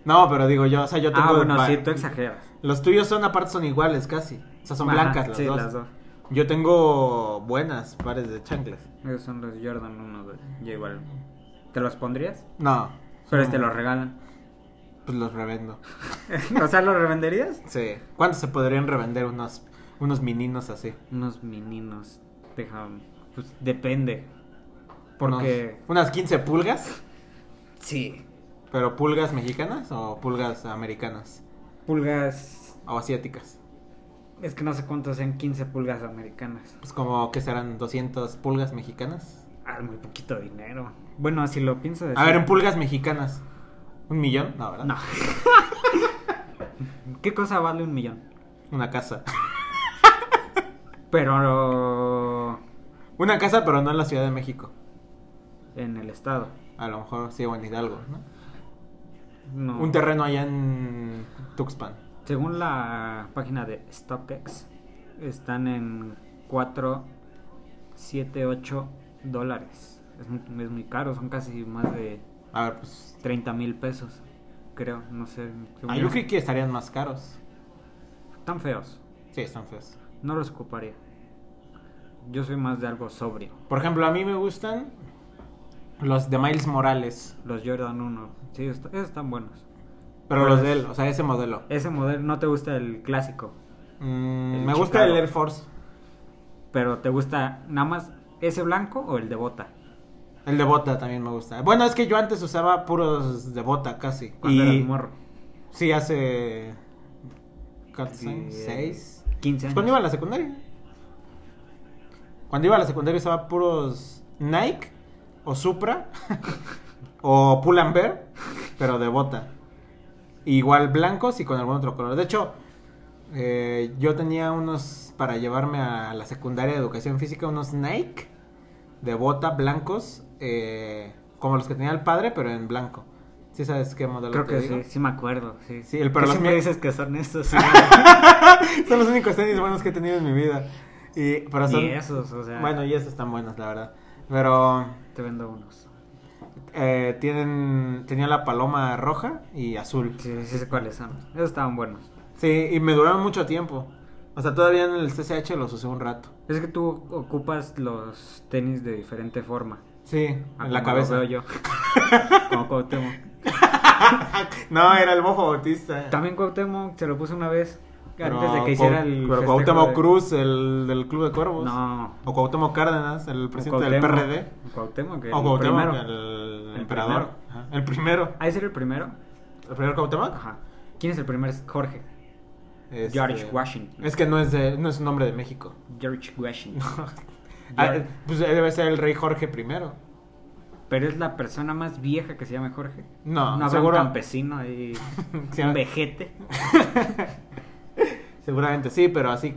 [SPEAKER 1] No, pero digo yo, o sea, yo tengo...
[SPEAKER 2] ah, bueno,
[SPEAKER 1] pa-
[SPEAKER 2] sí, tú exageras.
[SPEAKER 1] Los tuyos son aparte, son iguales casi. O sea, son
[SPEAKER 2] Ajá,
[SPEAKER 1] blancas las,
[SPEAKER 2] sí,
[SPEAKER 1] dos.
[SPEAKER 2] las dos.
[SPEAKER 1] Yo tengo buenas pares de chanclas.
[SPEAKER 2] Esos son los Jordan 1 de J Balvin. ¿Te los pondrías?
[SPEAKER 1] No. son-
[SPEAKER 2] Pero este los regalan. *laughs*
[SPEAKER 1] Pues los revendo.
[SPEAKER 2] o sea, ¿los revenderías?
[SPEAKER 1] Sí. ¿Cuántos se podrían revender unos, unos mininos así?
[SPEAKER 2] Unos meninos. Dejan. Pues depende.
[SPEAKER 1] Unos-
[SPEAKER 2] Porque.
[SPEAKER 1] unas 15 pulgas.
[SPEAKER 2] Sí.
[SPEAKER 1] ¿Pero pulgas mexicanas o pulgas americanas?
[SPEAKER 2] Pulgas.
[SPEAKER 1] O asiáticas.
[SPEAKER 2] Es que no sé cuántos sean 15 pulgas americanas.
[SPEAKER 1] Pues como que serán 200 pulgas mexicanas.
[SPEAKER 2] Ah, muy poquito dinero. Bueno, si lo piensas.
[SPEAKER 1] A
[SPEAKER 2] así-
[SPEAKER 1] ver, en pulgas mexicanas. ¿Un millón? No, ¿verdad?
[SPEAKER 2] No. *laughs* ¿Qué cosa vale un millón?
[SPEAKER 1] Una casa. *laughs*
[SPEAKER 2] Pero.
[SPEAKER 1] Una casa, pero no en la Ciudad de México.
[SPEAKER 2] En el estado.
[SPEAKER 1] A lo mejor sí o en Hidalgo, ¿no?
[SPEAKER 2] No.
[SPEAKER 1] Un terreno allá en Tuxpan.
[SPEAKER 2] Según la página de StockX, están en 4, 7, 8 dólares. Es muy, es muy caro, son casi más de
[SPEAKER 1] A ver, pues.
[SPEAKER 2] 30 mil pesos, creo, no sé. según
[SPEAKER 1] Ah,
[SPEAKER 2] yo-
[SPEAKER 1] yo creí que estarían más caros.
[SPEAKER 2] Están feos,
[SPEAKER 1] Sí, están feos.
[SPEAKER 2] no los ocuparía. Yo soy más de algo sobrio.
[SPEAKER 1] Por ejemplo, a mí me gustan los de Miles Morales,
[SPEAKER 2] Los Jordan 1, sí, est- esos están buenos.
[SPEAKER 1] pero
[SPEAKER 2] Pues-
[SPEAKER 1] los de él, o sea, ese modelo.
[SPEAKER 2] Ese modelo, no te gusta el clásico,
[SPEAKER 1] Mm,
[SPEAKER 2] el
[SPEAKER 1] me gusta el
[SPEAKER 2] Chicago.
[SPEAKER 1] Air Force,
[SPEAKER 2] pero te gusta nada más ese blanco o el de bota.
[SPEAKER 1] el de bota también me gusta. Bueno, es que yo antes usaba puros de bota casi.
[SPEAKER 2] Cuando
[SPEAKER 1] y
[SPEAKER 2] eras morro.
[SPEAKER 1] sí, hace ¿cuántos
[SPEAKER 2] Sí,
[SPEAKER 1] años? ¿Seis?
[SPEAKER 2] 15 años.
[SPEAKER 1] Cuando iba a la secundaria. Cuando iba a la secundaria usaba puros Nike o Supra *laughs* o Pull&Bear, pero de bota. Igual blancos y con algún otro color. De hecho, eh, yo tenía unos para llevarme a la secundaria de educación física, unos Nike de bota blancos, eh, como los que tenía el padre, pero en blanco. ¿Sí sabes qué modelo
[SPEAKER 2] Creo
[SPEAKER 1] te
[SPEAKER 2] que
[SPEAKER 1] digo?
[SPEAKER 2] sí, sí me acuerdo. Sí,
[SPEAKER 1] Sí, el- pero
[SPEAKER 2] Que
[SPEAKER 1] los
[SPEAKER 2] siempre
[SPEAKER 1] míos-
[SPEAKER 2] dices que son esos.
[SPEAKER 1] *laughs* Son los únicos tenis buenos que he tenido en mi vida. Y, pero son-
[SPEAKER 2] y esos, o sea.
[SPEAKER 1] Bueno, y esas están buenas, la verdad. Pero
[SPEAKER 2] Te vendo unos.
[SPEAKER 1] eh, tienen, tenía la paloma roja y azul.
[SPEAKER 2] Sí, sí sé cuáles son. Esos estaban buenos.
[SPEAKER 1] Sí, y me duraron mucho tiempo. O sea, todavía en el CCH los usé un rato.
[SPEAKER 2] Es que tú ocupas los tenis de diferente forma.
[SPEAKER 1] Sí,
[SPEAKER 2] a
[SPEAKER 1] en la
[SPEAKER 2] Ah, como
[SPEAKER 1] cabeza.
[SPEAKER 2] lo veo yo.
[SPEAKER 1] *laughs*
[SPEAKER 2] como Cuauhtémoc.
[SPEAKER 1] No, era el bofo bautista.
[SPEAKER 2] También Cuauhtémoc se lo puso una vez.
[SPEAKER 1] Pero
[SPEAKER 2] antes de que hiciera
[SPEAKER 1] Cuau-
[SPEAKER 2] el.
[SPEAKER 1] Pero
[SPEAKER 2] festejo
[SPEAKER 1] Cuauhtémoc
[SPEAKER 2] de-
[SPEAKER 1] Cruz, el del Club de Cuervos.
[SPEAKER 2] No.
[SPEAKER 1] O Cuauhtémoc Cárdenas, el pues, presidente del
[SPEAKER 2] Cuauhtémoc.
[SPEAKER 1] PRD.
[SPEAKER 2] Cuauhtémoc, el
[SPEAKER 1] o Cuauhtémoc,
[SPEAKER 2] primero.
[SPEAKER 1] el,
[SPEAKER 2] El
[SPEAKER 1] emperador.
[SPEAKER 2] primero.
[SPEAKER 1] Ajá, El primero.
[SPEAKER 2] ¿Ah, ese era el primero?
[SPEAKER 1] ¿El primero Cuauhtémoc?
[SPEAKER 2] Ajá. ¿Quién es el primero? Es Jorge.
[SPEAKER 1] Este,
[SPEAKER 2] George Washington.
[SPEAKER 1] Es que no es, de- no es un nombre de México.
[SPEAKER 2] George Washington.
[SPEAKER 1] Ah, eh, pues eh, debe ser el rey Jorge primero. *laughs*
[SPEAKER 2] Pero es la persona más vieja que se llama Jorge.
[SPEAKER 1] No,
[SPEAKER 2] no habrá
[SPEAKER 1] seguro.
[SPEAKER 2] un
[SPEAKER 1] *laughs*
[SPEAKER 2] campesino ahí.
[SPEAKER 1] Sí, ah.
[SPEAKER 2] un vejete.
[SPEAKER 1] *laughs* Seguramente sí, pero así.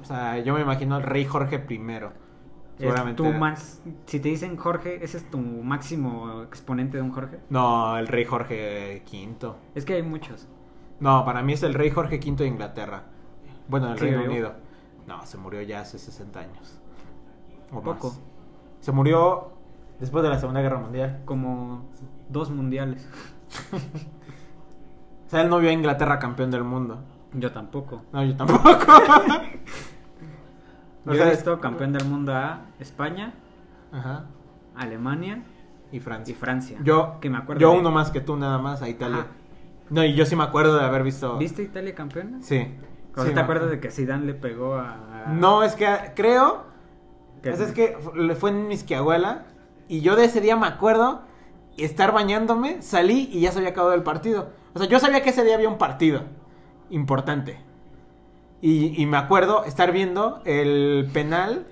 [SPEAKER 1] O sea, yo me imagino el rey Jorge primero.
[SPEAKER 2] Es
[SPEAKER 1] Seguramente.
[SPEAKER 2] tu
[SPEAKER 1] era-
[SPEAKER 2] más. Si te dicen Jorge, ese es tu máximo exponente de un Jorge.
[SPEAKER 1] No, el rey Jorge V.
[SPEAKER 2] Es que hay muchos.
[SPEAKER 1] No, para mí es el rey Jorge V de Inglaterra. Bueno, del
[SPEAKER 2] Sí,
[SPEAKER 1] Reino
[SPEAKER 2] yo-
[SPEAKER 1] Unido. No, se murió ya hace 60 años. O más.
[SPEAKER 2] Poco.
[SPEAKER 1] Se murió después de la Segunda Guerra Mundial.
[SPEAKER 2] Como dos mundiales.
[SPEAKER 1] O sea, él no vio a Inglaterra campeón del mundo.
[SPEAKER 2] Yo tampoco.
[SPEAKER 1] No, yo
[SPEAKER 2] *laughs*
[SPEAKER 1] tampoco. O
[SPEAKER 2] Yo
[SPEAKER 1] sea,
[SPEAKER 2] he
[SPEAKER 1] es-
[SPEAKER 2] visto campeón del mundo a España,
[SPEAKER 1] Ajá.
[SPEAKER 2] Alemania
[SPEAKER 1] Y Francia.
[SPEAKER 2] y Francia.
[SPEAKER 1] Yo,
[SPEAKER 2] que me acuerdo.
[SPEAKER 1] yo
[SPEAKER 2] de-
[SPEAKER 1] uno más que tú nada más a Italia.
[SPEAKER 2] Ajá.
[SPEAKER 1] No, y yo sí me acuerdo de haber visto.
[SPEAKER 2] ¿Viste Italia campeona?
[SPEAKER 1] Sí.
[SPEAKER 2] O sea,
[SPEAKER 1] Sí,
[SPEAKER 2] ¿Te
[SPEAKER 1] me-
[SPEAKER 2] acuerdas de que Zidane le pegó a.
[SPEAKER 1] No, es que ah, creo.
[SPEAKER 2] ¿Qué?
[SPEAKER 1] o sea, Pues es que fu- le fue en Misquiahuela. Y yo de ese día me acuerdo estar bañándome, salí y ya se había acabado el partido. O sea, yo sabía que ese día había un partido importante. Y, y me acuerdo estar viendo el penal.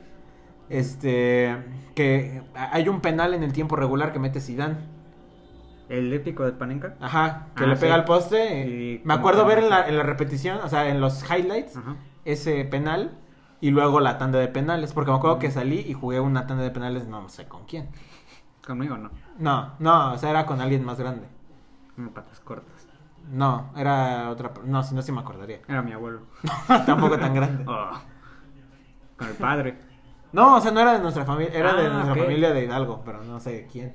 [SPEAKER 1] Este. Que a- hay un penal en el tiempo regular que mete Zidane.
[SPEAKER 2] El épico de Panenka.
[SPEAKER 1] Ajá, que
[SPEAKER 2] Ah,
[SPEAKER 1] le
[SPEAKER 2] sí.
[SPEAKER 1] pega al poste. eh,
[SPEAKER 2] Y
[SPEAKER 1] me
[SPEAKER 2] como
[SPEAKER 1] acuerdo
[SPEAKER 2] que-
[SPEAKER 1] ver en la, en la repetición, o sea, en los highlights,
[SPEAKER 2] Ajá.
[SPEAKER 1] ese penal y luego la tanda de penales. Porque me acuerdo
[SPEAKER 2] Mm.
[SPEAKER 1] que salí y jugué una tanda de penales, no sé con quién.
[SPEAKER 2] Conmigo no.
[SPEAKER 1] No, no, o sea, era con alguien más grande.
[SPEAKER 2] Tengo patas cortas.
[SPEAKER 1] No, era otra. per- No, si no, sí me acordaría. *laughs*
[SPEAKER 2] Era mi abuelo.
[SPEAKER 1] Tampoco tan
[SPEAKER 2] *laughs*
[SPEAKER 1] grande.
[SPEAKER 2] Oh. Con el padre.
[SPEAKER 1] No, o sea, no era de nuestra familia, era de
[SPEAKER 2] Ah,
[SPEAKER 1] nuestra
[SPEAKER 2] ok.
[SPEAKER 1] familia de Hidalgo, pero no sé de quién.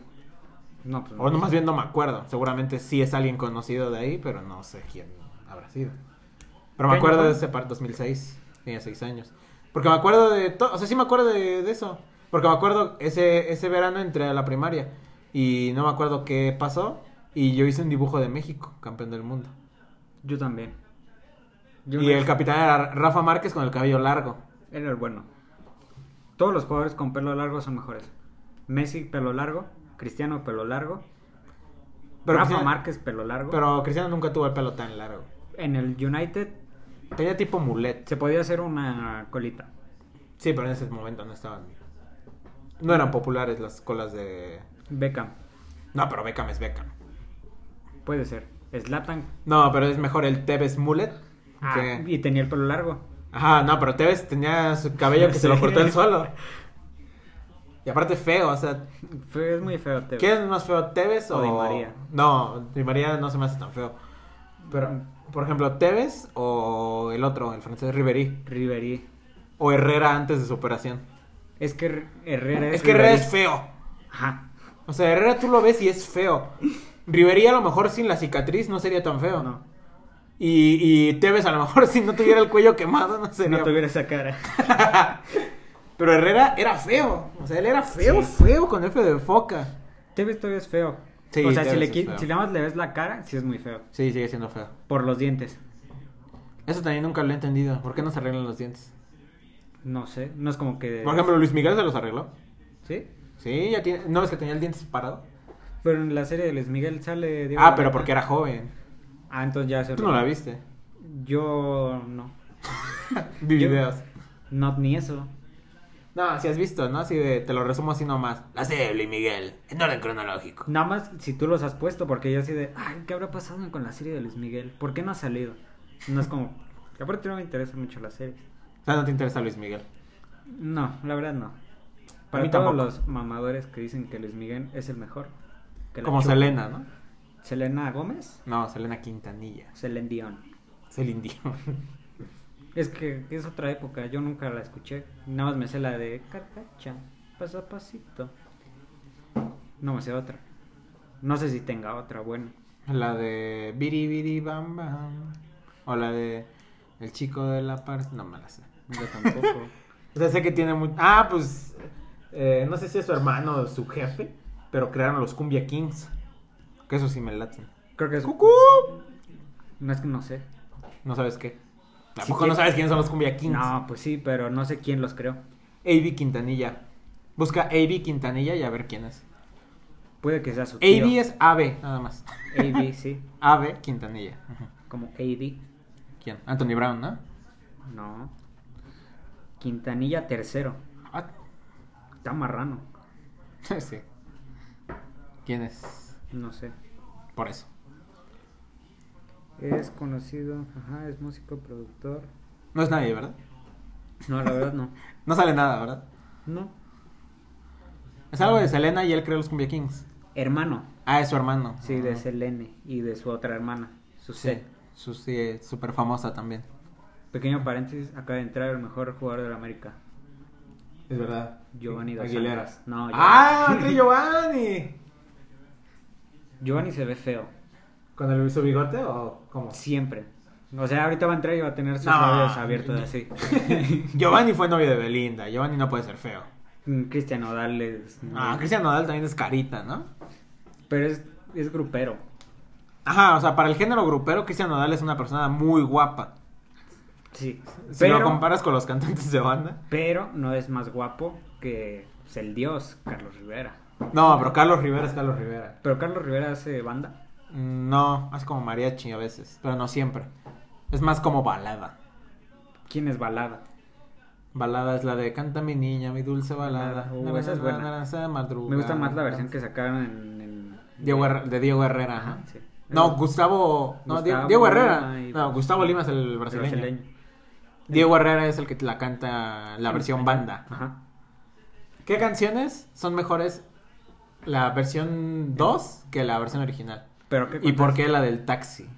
[SPEAKER 2] No, pues.
[SPEAKER 1] O Oh, no, más bien no me acuerdo. Seguramente sí es alguien conocido de ahí, pero no sé quién habrá sido. Pero me
[SPEAKER 2] ¿Qué año
[SPEAKER 1] acuerdo
[SPEAKER 2] fue?
[SPEAKER 1] de ese par 2006. Tenía seis años. Porque me acuerdo de todo. O sea, sí me acuerdo de, de eso. Porque me acuerdo ese, ese verano entré a la primaria. Y no me acuerdo qué pasó. Y yo hice un dibujo de México, campeón del mundo.
[SPEAKER 2] Yo también. Yo
[SPEAKER 1] Y
[SPEAKER 2] una-
[SPEAKER 1] el capitán era Rafa Márquez con el cabello largo.
[SPEAKER 2] Era el bueno. Todos los jugadores con pelo largo son mejores. Messi, pelo largo. Cristiano, pelo largo.
[SPEAKER 1] Pero
[SPEAKER 2] Rafa
[SPEAKER 1] Cristiano-
[SPEAKER 2] Márquez, pelo largo.
[SPEAKER 1] Pero Cristiano nunca tuvo el pelo tan largo.
[SPEAKER 2] En el United
[SPEAKER 1] Tenía tipo mulet.
[SPEAKER 2] se podía hacer una colita.
[SPEAKER 1] Sí, pero en ese momento no estaban. No eran populares las colas de,
[SPEAKER 2] Beckham,
[SPEAKER 1] No, pero Beckham es Beckham.
[SPEAKER 2] puede ser. Zlatan.
[SPEAKER 1] No, pero es mejor el Tevez Mullet.
[SPEAKER 2] ah,
[SPEAKER 1] que-
[SPEAKER 2] y tenía el pelo largo.
[SPEAKER 1] Ajá, no, pero Tevez tenía su cabello que se lo
[SPEAKER 2] Sí.
[SPEAKER 1] cortó él
[SPEAKER 2] *laughs*
[SPEAKER 1] solo. Y aparte feo, o sea,
[SPEAKER 2] Fue- es muy feo, Teo.
[SPEAKER 1] ¿qué es más feo, Tevez o,
[SPEAKER 2] O Di María.
[SPEAKER 1] No, Di María no se me hace tan feo. Pero,
[SPEAKER 2] Mm.
[SPEAKER 1] por ejemplo, Tevez o el otro, el francés Ribery.
[SPEAKER 2] Ribery.
[SPEAKER 1] O Herrera antes de su operación.
[SPEAKER 2] Es que Her- Herrera es.
[SPEAKER 1] Es que Herrera
[SPEAKER 2] Ribery.
[SPEAKER 1] es feo.
[SPEAKER 2] Ajá.
[SPEAKER 1] O sea, Herrera tú lo ves y es feo. Ribery a lo mejor sin la cicatriz no sería tan feo.
[SPEAKER 2] No.
[SPEAKER 1] Y, y Tevez a lo mejor *laughs* si no tuviera el cuello quemado no sería.
[SPEAKER 2] No tuviera esa cara. *laughs*
[SPEAKER 1] Pero Herrera era feo. O sea, él era feo,
[SPEAKER 2] Sí.
[SPEAKER 1] feo con F de foca.
[SPEAKER 2] Tevez todavía es feo.
[SPEAKER 1] Sí,
[SPEAKER 2] o sea, si
[SPEAKER 1] Tevez
[SPEAKER 2] le,
[SPEAKER 1] es
[SPEAKER 2] qui-
[SPEAKER 1] feo.
[SPEAKER 2] si nada más le ves la cara, sí es muy feo.
[SPEAKER 1] Sí, sigue siendo feo.
[SPEAKER 2] Por los dientes.
[SPEAKER 1] Eso también nunca lo he entendido. ¿Por qué no se arreglan los dientes?
[SPEAKER 2] No sé. No es como que.
[SPEAKER 1] Eh, Por ejemplo, Luis Miguel se los arregló.
[SPEAKER 2] ¿Sí?
[SPEAKER 1] Sí, ya tiene. ¿No ves que tenía el diente separado?
[SPEAKER 2] Pero en la serie de Luis Miguel sale. Diego
[SPEAKER 1] Ah,
[SPEAKER 2] Boneta.
[SPEAKER 1] pero porque era joven.
[SPEAKER 2] Ah, entonces ya se.
[SPEAKER 1] Tú no la viste.
[SPEAKER 2] Yo no.
[SPEAKER 1] Vi
[SPEAKER 2] Yo-
[SPEAKER 1] videos.
[SPEAKER 2] No, ni eso.
[SPEAKER 1] No, si has visto, ¿no? Así de, te lo resumo así nomás. La serie de Luis Miguel, en orden cronológico.
[SPEAKER 2] Nada más si tú los has puesto, porque yo así de, ay, ¿qué habrá pasado con la serie de Luis Miguel? ¿Por qué no ha salido? No es como, *laughs* que aparte no me interesa mucho la serie.
[SPEAKER 1] O sea, no te interesa Luis Miguel.
[SPEAKER 2] No, la verdad no.
[SPEAKER 1] A
[SPEAKER 2] Para
[SPEAKER 1] mí
[SPEAKER 2] todos
[SPEAKER 1] tampoco.
[SPEAKER 2] los mamadores que dicen que Luis Miguel es el mejor. que la
[SPEAKER 1] Como
[SPEAKER 2] chupa.
[SPEAKER 1] Selena, ¿no?
[SPEAKER 2] Selena Gómez,
[SPEAKER 1] No, Selena Quintanilla.
[SPEAKER 2] Selena Dion.
[SPEAKER 1] Celine Dion.
[SPEAKER 2] Es que es otra época, yo nunca la escuché. Nada más me sé la de Carcacha, paso a pasito. No me sé otra. No sé si tenga otra buena.
[SPEAKER 1] La de Biri Biri Bam Bam. O la de El Chico de la Parte. No me la sé.
[SPEAKER 2] Yo
[SPEAKER 1] *laughs*
[SPEAKER 2] tampoco.
[SPEAKER 1] O sea, sé que tiene mucho. Ah, pues. eh, no sé si es su hermano o su jefe. Pero crearon los Cumbia Kings. Que eso sí me laten.
[SPEAKER 2] Creo que es...
[SPEAKER 1] ¡Cucú!
[SPEAKER 2] No es que no sé.
[SPEAKER 1] No sabes qué.
[SPEAKER 2] Sí,
[SPEAKER 1] Tampoco
[SPEAKER 2] ¿qué?
[SPEAKER 1] no sabes quiénes son los Cumbia Kings.
[SPEAKER 2] No, pues sí, pero no sé quién los creó.
[SPEAKER 1] AB Quintanilla. Busca AB Quintanilla y a ver quién es.
[SPEAKER 2] Puede que sea su tío.
[SPEAKER 1] AB es AB, nada más.
[SPEAKER 2] AB, sí.
[SPEAKER 1] AB Quintanilla. Ajá.
[SPEAKER 2] Como AB.
[SPEAKER 1] ¿Quién? Anthony Brown, ¿no?
[SPEAKER 2] No. Quintanilla tercero.
[SPEAKER 1] Ah, *laughs*
[SPEAKER 2] Está marrano.
[SPEAKER 1] sí. ¿Quién es?
[SPEAKER 2] No sé.
[SPEAKER 1] Por eso.
[SPEAKER 2] Es conocido. Ajá, es músico, productor.
[SPEAKER 1] No es nadie, ¿verdad?
[SPEAKER 2] No, la verdad no.
[SPEAKER 1] No sale nada, ¿verdad?
[SPEAKER 2] No.
[SPEAKER 1] Es algo de Selena y él creó los Cumbia Kings.
[SPEAKER 2] Hermano.
[SPEAKER 1] Ah, es su hermano.
[SPEAKER 2] Sí, de
[SPEAKER 1] Ah,
[SPEAKER 2] Selene y de su otra hermana. Su
[SPEAKER 1] Sí,
[SPEAKER 2] C.
[SPEAKER 1] su, sí, eh, súper famosa también.
[SPEAKER 2] Pequeño paréntesis, acaba de entrar el mejor jugador de la América.
[SPEAKER 1] Es verdad.
[SPEAKER 2] Giovanni Dos
[SPEAKER 1] Aguilera.
[SPEAKER 2] Santos. No,
[SPEAKER 1] ¡Ah,
[SPEAKER 2] *laughs*
[SPEAKER 1] André Giovanni!
[SPEAKER 2] Giovanni se ve feo.
[SPEAKER 1] ¿Con el su bigote o cómo?
[SPEAKER 2] Siempre. O sea, ahorita va a entrar y va a tener sus
[SPEAKER 1] No.
[SPEAKER 2] labios abiertos
[SPEAKER 1] *laughs*
[SPEAKER 2] así. *laughs*
[SPEAKER 1] Giovanni fue novio de Belinda. Giovanni no puede ser feo.
[SPEAKER 2] Mm, Cristian Odal es-
[SPEAKER 1] Ah, Cristian Nodal también es carita, ¿no?
[SPEAKER 2] Pero es, es grupero.
[SPEAKER 1] Ajá, o sea, para el género grupero, Cristian Nodal es una persona muy guapa.
[SPEAKER 2] Sí.
[SPEAKER 1] Si
[SPEAKER 2] pero,
[SPEAKER 1] lo comparas con los cantantes de banda.
[SPEAKER 2] pero no es más guapo que pues, el dios, Carlos Rivera.
[SPEAKER 1] No, pero Carlos Rivera es Carlos Rivera.
[SPEAKER 2] Pero Carlos Rivera hace banda.
[SPEAKER 1] Mm, No, es como mariachi a veces, pero no siempre. Es más como balada.
[SPEAKER 2] ¿Quién es balada?
[SPEAKER 1] Balada es la de Canta mi niña, mi dulce balada.
[SPEAKER 2] Uh, esa es buena. Me gusta más la versión que sacaron en... en-
[SPEAKER 1] ah, Diego Herre- de Diego Herrera.
[SPEAKER 2] Ajá,
[SPEAKER 1] ajá.
[SPEAKER 2] sí.
[SPEAKER 1] No, Gustavo. No, Di-
[SPEAKER 2] Gustavo
[SPEAKER 1] Diego Herrera.
[SPEAKER 2] Lima y- pues
[SPEAKER 1] No, Gustavo Lima es el brasileño. Diego Herrera es el que la canta la
[SPEAKER 2] En
[SPEAKER 1] versión
[SPEAKER 2] español.
[SPEAKER 1] banda.
[SPEAKER 2] Ajá.
[SPEAKER 1] ¿Qué canciones son mejores la versión 2 que la versión original?
[SPEAKER 2] Pero ¿qué
[SPEAKER 1] ¿Y por
[SPEAKER 2] contaste?
[SPEAKER 1] qué la del taxi?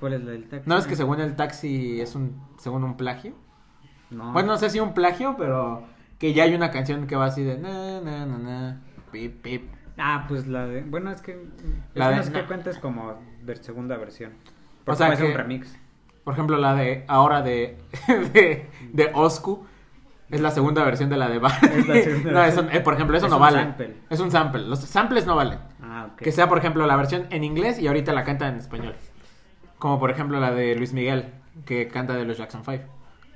[SPEAKER 2] ¿Cuál es la del taxi?
[SPEAKER 1] ¿No es que según el taxi es un según un plagio?
[SPEAKER 2] No.
[SPEAKER 1] Bueno, no sé si un plagio, pero que ya hay una canción que va así de na na na na pip pip.
[SPEAKER 2] Ah, pues la de. Bueno, es que.
[SPEAKER 1] La de-
[SPEAKER 2] es que
[SPEAKER 1] no.
[SPEAKER 2] cuentas como ver segunda versión.
[SPEAKER 1] O
[SPEAKER 2] Porque
[SPEAKER 1] sea
[SPEAKER 2] puede ser
[SPEAKER 1] que-
[SPEAKER 2] un remix.
[SPEAKER 1] Por ejemplo, la de ahora de *laughs* de, de Oscu es la segunda versión de la de Bar.
[SPEAKER 2] Es la
[SPEAKER 1] *laughs*
[SPEAKER 2] segunda
[SPEAKER 1] No, eso-
[SPEAKER 2] versión.
[SPEAKER 1] eh, por ejemplo, eso
[SPEAKER 2] Es
[SPEAKER 1] no
[SPEAKER 2] un
[SPEAKER 1] vale.
[SPEAKER 2] sample.
[SPEAKER 1] Es un sample. Los samples no valen.
[SPEAKER 2] Ah, ok.
[SPEAKER 1] Que sea, por ejemplo, la versión en inglés y ahorita la canta en español. Como por ejemplo la de Luis Miguel, que canta de los Jackson 5.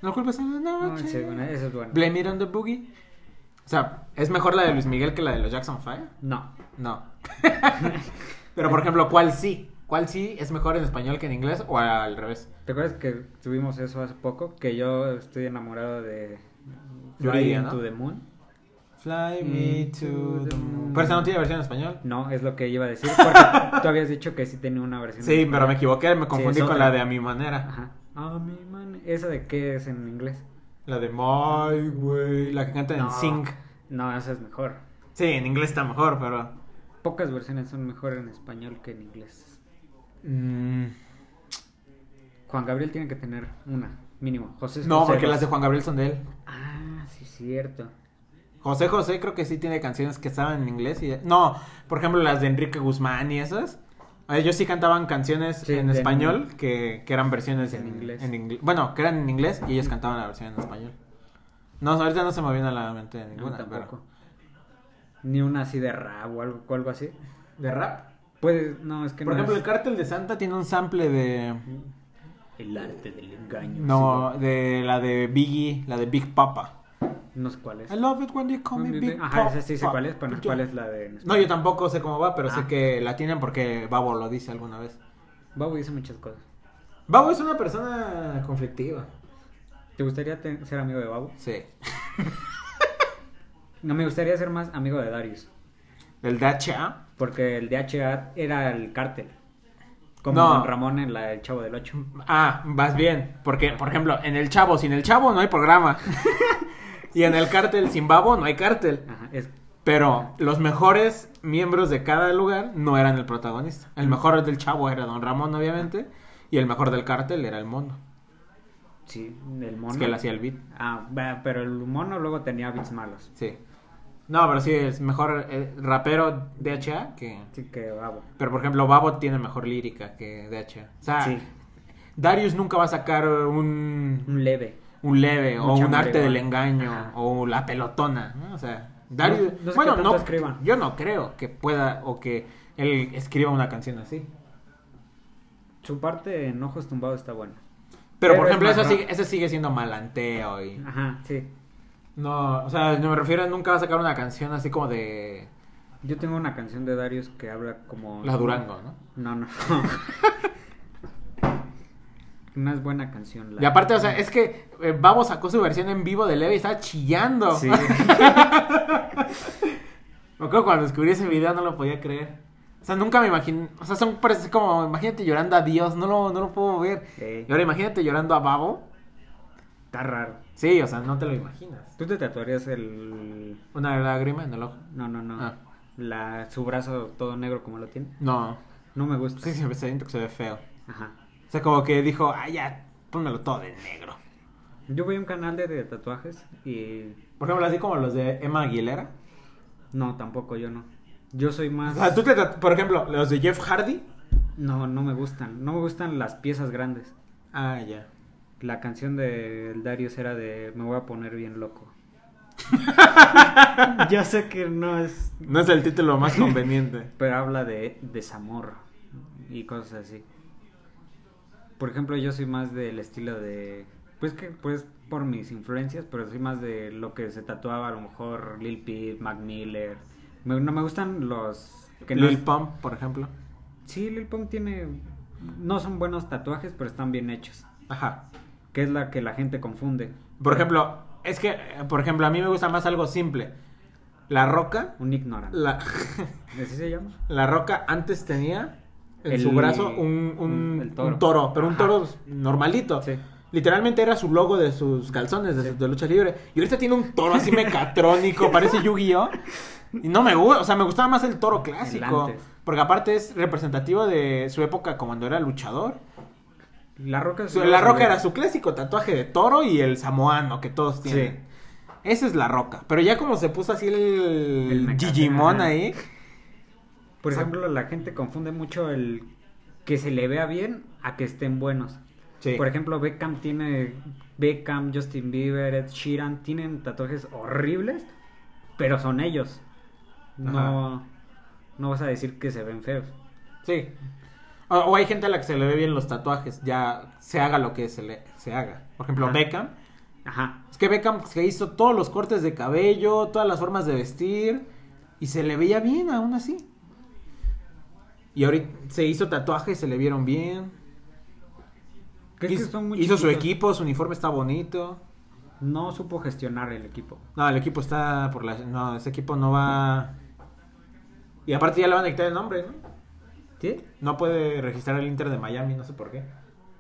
[SPEAKER 1] No culpes a la
[SPEAKER 2] No,
[SPEAKER 1] noche.
[SPEAKER 2] sí, bueno, eso es bueno.
[SPEAKER 1] Blame it on the boogie. O sea, ¿es mejor la de Luis Miguel que la de los Jackson 5?
[SPEAKER 2] No.
[SPEAKER 1] No. *laughs* Pero por ejemplo, ¿cuál sí? ¿Cuál sí es mejor en español que en inglés o al revés?
[SPEAKER 2] ¿Te acuerdas que tuvimos eso hace poco? Que yo estoy enamorado de. Fly
[SPEAKER 1] Yuridia, ¿no?
[SPEAKER 2] into the Moon.
[SPEAKER 1] Fly
[SPEAKER 2] me Mm, to the moon.
[SPEAKER 1] Pero esa no tiene versión en español.
[SPEAKER 2] No, es lo que iba a decir.
[SPEAKER 1] *laughs*
[SPEAKER 2] Porque tú habías dicho que sí tenía una versión.
[SPEAKER 1] Sí,
[SPEAKER 2] en
[SPEAKER 1] pero me
[SPEAKER 2] español.
[SPEAKER 1] equivoqué, me confundí
[SPEAKER 2] es
[SPEAKER 1] con
[SPEAKER 2] otra.
[SPEAKER 1] la de A Mi Manera.
[SPEAKER 2] Ajá. Ah, mi man. ¿Esa de qué es en inglés?
[SPEAKER 1] La de My Way, la que canta en
[SPEAKER 2] No.
[SPEAKER 1] Sync.
[SPEAKER 2] No, esa es mejor.
[SPEAKER 1] Sí, en inglés está mejor, pero...
[SPEAKER 2] Pocas versiones son mejor en español que en inglés.
[SPEAKER 1] Mm,
[SPEAKER 2] Juan Gabriel tiene que tener una, mínimo. José
[SPEAKER 1] No, porque
[SPEAKER 2] Escoceros.
[SPEAKER 1] las de Juan Gabriel son de él.
[SPEAKER 2] Ah, sí, es cierto.
[SPEAKER 1] José José creo que sí tiene canciones que estaban en inglés y no, por ejemplo las de Enrique Guzmán y esas. Eh, Ellos sí cantaban canciones
[SPEAKER 2] Sí,
[SPEAKER 1] en
[SPEAKER 2] de-
[SPEAKER 1] español que, que eran versiones
[SPEAKER 2] en
[SPEAKER 1] en,
[SPEAKER 2] inglés.
[SPEAKER 1] inglés. bueno, que eran en inglés y ellos cantaban la versión en español. No, ahorita no se me viene a la mente
[SPEAKER 2] A mí
[SPEAKER 1] ninguna. pero-
[SPEAKER 2] tampoco. Ni una así de rap o algo, o algo así.
[SPEAKER 1] ¿De rap?
[SPEAKER 2] Puede, no, es que
[SPEAKER 1] Por
[SPEAKER 2] no
[SPEAKER 1] ejemplo,
[SPEAKER 2] es-
[SPEAKER 1] el Cártel de Santa tiene un sample de
[SPEAKER 3] El arte del engaño.
[SPEAKER 1] no de la de Biggie, la de Big Papa.
[SPEAKER 2] No sé cuál es.
[SPEAKER 1] I love it when you call me Big
[SPEAKER 2] Ajá,
[SPEAKER 1] Papa.
[SPEAKER 2] esa sí sé cuál es, pero no sé cuál es la de...
[SPEAKER 1] No, yo tampoco sé cómo va, pero sé
[SPEAKER 2] Ah.
[SPEAKER 1] que la tienen porque Babo lo dice alguna vez.
[SPEAKER 2] Babu dice muchas cosas.
[SPEAKER 1] Babo es una persona conflictiva.
[SPEAKER 2] ¿Te gustaría te- ser amigo de Babu?
[SPEAKER 1] Sí.
[SPEAKER 2] No, me gustaría ser más amigo de Darius.
[SPEAKER 1] ¿Del Dacha?
[SPEAKER 2] Porque el DHA era el cártel. Como
[SPEAKER 1] No.
[SPEAKER 2] Don Ramón en la del Chavo del Ocho.
[SPEAKER 1] Ah, vas bien. Porque, por ejemplo, en el Chavo, sin el Chavo no hay programa. *laughs* y en el cártel sin Babo no hay cártel.
[SPEAKER 2] Ajá, es...
[SPEAKER 1] Pero los mejores miembros de cada lugar no eran el protagonista. El mejor del Chavo era Don Ramón, obviamente. Y el mejor del cártel era el mono.
[SPEAKER 2] Sí, el mono.
[SPEAKER 1] Es que él hacía el beat.
[SPEAKER 2] Ah, va, pero el mono luego tenía beats malos.
[SPEAKER 1] Sí. No, pero sí, es mejor eh, rapero DHA que...
[SPEAKER 2] Así que ah, Babu.
[SPEAKER 1] Pero por ejemplo, Babo tiene mejor lírica que DHA. O sea,
[SPEAKER 2] Sí,
[SPEAKER 1] Darius nunca va a sacar un,
[SPEAKER 2] un leve.
[SPEAKER 1] un leve o
[SPEAKER 2] Mucha
[SPEAKER 1] un arte
[SPEAKER 2] marihuana.
[SPEAKER 1] del engaño
[SPEAKER 2] Ajá.
[SPEAKER 1] o la pelotona. ¿no? O sea, Darius.
[SPEAKER 2] No- no sé
[SPEAKER 1] bueno,
[SPEAKER 2] qué tanto
[SPEAKER 1] no.
[SPEAKER 2] escriban.
[SPEAKER 1] Yo no creo que pueda o que él escriba una canción así.
[SPEAKER 2] Su parte en Ojos Tumbados está buena.
[SPEAKER 1] Pero,
[SPEAKER 2] Pero
[SPEAKER 1] por
[SPEAKER 2] es
[SPEAKER 1] ejemplo,
[SPEAKER 2] más
[SPEAKER 1] eso
[SPEAKER 2] rap.
[SPEAKER 1] sigue, eso sigue siendo malanteo y.
[SPEAKER 2] Ajá, sí.
[SPEAKER 1] No, o sea, no me refiero a nunca va a sacar una canción así como de.
[SPEAKER 2] Yo tengo una canción de Darius que habla como...
[SPEAKER 1] La Durango, ¿no?
[SPEAKER 2] No, no. *laughs* Una es buena canción. la-
[SPEAKER 1] Y aparte, o sea, es que eh, Babo sacó su versión en vivo de Leve y estaba chillando. *laughs*
[SPEAKER 2] Sí.
[SPEAKER 1] Me acuerdo cuando descubrí ese video no lo podía creer. O sea, nunca me imaginé. O sea, son parece como, imagínate llorando a Dios, no lo, no lo puedo ver.
[SPEAKER 2] Sí,
[SPEAKER 1] Y ahora imagínate llorando a Babo.
[SPEAKER 2] Está raro.
[SPEAKER 1] Sí, o sea, no te lo imaginas.
[SPEAKER 2] ¿Tú te tatuarías el...
[SPEAKER 1] Una lágrima en el ojo.
[SPEAKER 2] No, no, no.
[SPEAKER 1] Ah.
[SPEAKER 2] La, su brazo todo negro como lo tiene.
[SPEAKER 1] No.
[SPEAKER 2] No me gusta.
[SPEAKER 1] Sí, siempre siento que se ve feo.
[SPEAKER 2] Ajá.
[SPEAKER 1] O sea, como que dijo, ah, ya, pónmelo todo de negro.
[SPEAKER 2] Yo vi un canal de, de tatuajes y...
[SPEAKER 1] Por ejemplo, así como los de Emma Aguilera.
[SPEAKER 2] No, tampoco, yo no. Yo soy
[SPEAKER 1] O
[SPEAKER 2] más...
[SPEAKER 1] sea, Ah, tú te, tatu- por ejemplo, los de Jeff Hardy.
[SPEAKER 2] No, no me gustan. No me gustan las piezas grandes.
[SPEAKER 1] Ah, ya.
[SPEAKER 2] La canción de Darius era de Me voy a poner
[SPEAKER 1] *laughs*
[SPEAKER 2] bien loco. ya sé que no es.
[SPEAKER 1] No es el título
[SPEAKER 2] *laughs*
[SPEAKER 1] más conveniente.
[SPEAKER 2] Pero habla de desamor y cosas así. Por ejemplo, yo soy más del estilo de. Pues que, pues por mis influencias, pero soy más de lo que se tatuaba a lo mejor Lil Peep, Mac Miller. Me- no me gustan los. Que no
[SPEAKER 1] Lil
[SPEAKER 2] es-
[SPEAKER 1] Pump, por ejemplo.
[SPEAKER 2] Sí, Lil Pump tiene. No son buenos tatuajes, pero están bien hechos.
[SPEAKER 1] Ajá.
[SPEAKER 2] Que es la que la gente confunde.
[SPEAKER 1] Por ejemplo, es que, eh, por ejemplo, a mí me gusta más algo simple. La Roca,
[SPEAKER 2] Un ignorante.
[SPEAKER 1] la, *laughs*
[SPEAKER 2] ¿Así se llama?
[SPEAKER 1] la Roca antes tenía en
[SPEAKER 2] El-
[SPEAKER 1] su brazo un, un-
[SPEAKER 2] un- el toro.
[SPEAKER 1] un toro, pero un
[SPEAKER 2] Ajá.
[SPEAKER 1] toro normalito.
[SPEAKER 2] Sí.
[SPEAKER 1] Literalmente era su logo de sus calzones, de, su- de lucha libre. Y ahorita tiene un toro
[SPEAKER 2] *laughs*
[SPEAKER 1] así mecatrónico, parece Yu-Gi-Oh! Y no me gusta, o sea, me gustaba más el toro clásico.
[SPEAKER 2] antes.
[SPEAKER 1] porque aparte es representativo de su época cuando era luchador.
[SPEAKER 2] La Roca es
[SPEAKER 1] Su- la roca era su clásico tatuaje de toro y el samoano que todos tienen. Esa es la roca. Pero ya como se puso así
[SPEAKER 2] El
[SPEAKER 1] el,
[SPEAKER 2] mecate,
[SPEAKER 1] Digimon
[SPEAKER 2] ajá.
[SPEAKER 1] ahí.
[SPEAKER 2] Por ejemplo, la gente confunde mucho el que se le vea bien a que estén buenos.
[SPEAKER 1] Sí.
[SPEAKER 2] Por ejemplo, Beckham tiene. Beckham, Justin Bieber, Ed Sheeran tienen tatuajes horribles, pero son ellos. No, no vas a decir que se ven feos.
[SPEAKER 1] Sí. O, o hay gente a la que se le ve bien los tatuajes. Ya se haga lo que se le se haga. Por ejemplo,
[SPEAKER 2] Ajá.
[SPEAKER 1] Beckham.
[SPEAKER 2] Ajá.
[SPEAKER 1] Es que Beckham se hizo todos los cortes de cabello, todas las formas de vestir. Y se le veía bien aún así. Y ahorita se hizo tatuajes, se le vieron bien.
[SPEAKER 2] ¿Crees
[SPEAKER 1] hizo
[SPEAKER 2] que son muy
[SPEAKER 1] hizo su
[SPEAKER 2] chiquitos?
[SPEAKER 1] equipo, su uniforme está bonito.
[SPEAKER 2] No supo gestionar el equipo.
[SPEAKER 1] No, el equipo está por la... No, ese equipo no va... Y aparte ya le van a quitar el nombre, ¿no?
[SPEAKER 2] ¿Sí?
[SPEAKER 1] No puede registrar el Inter de Miami, no sé por qué.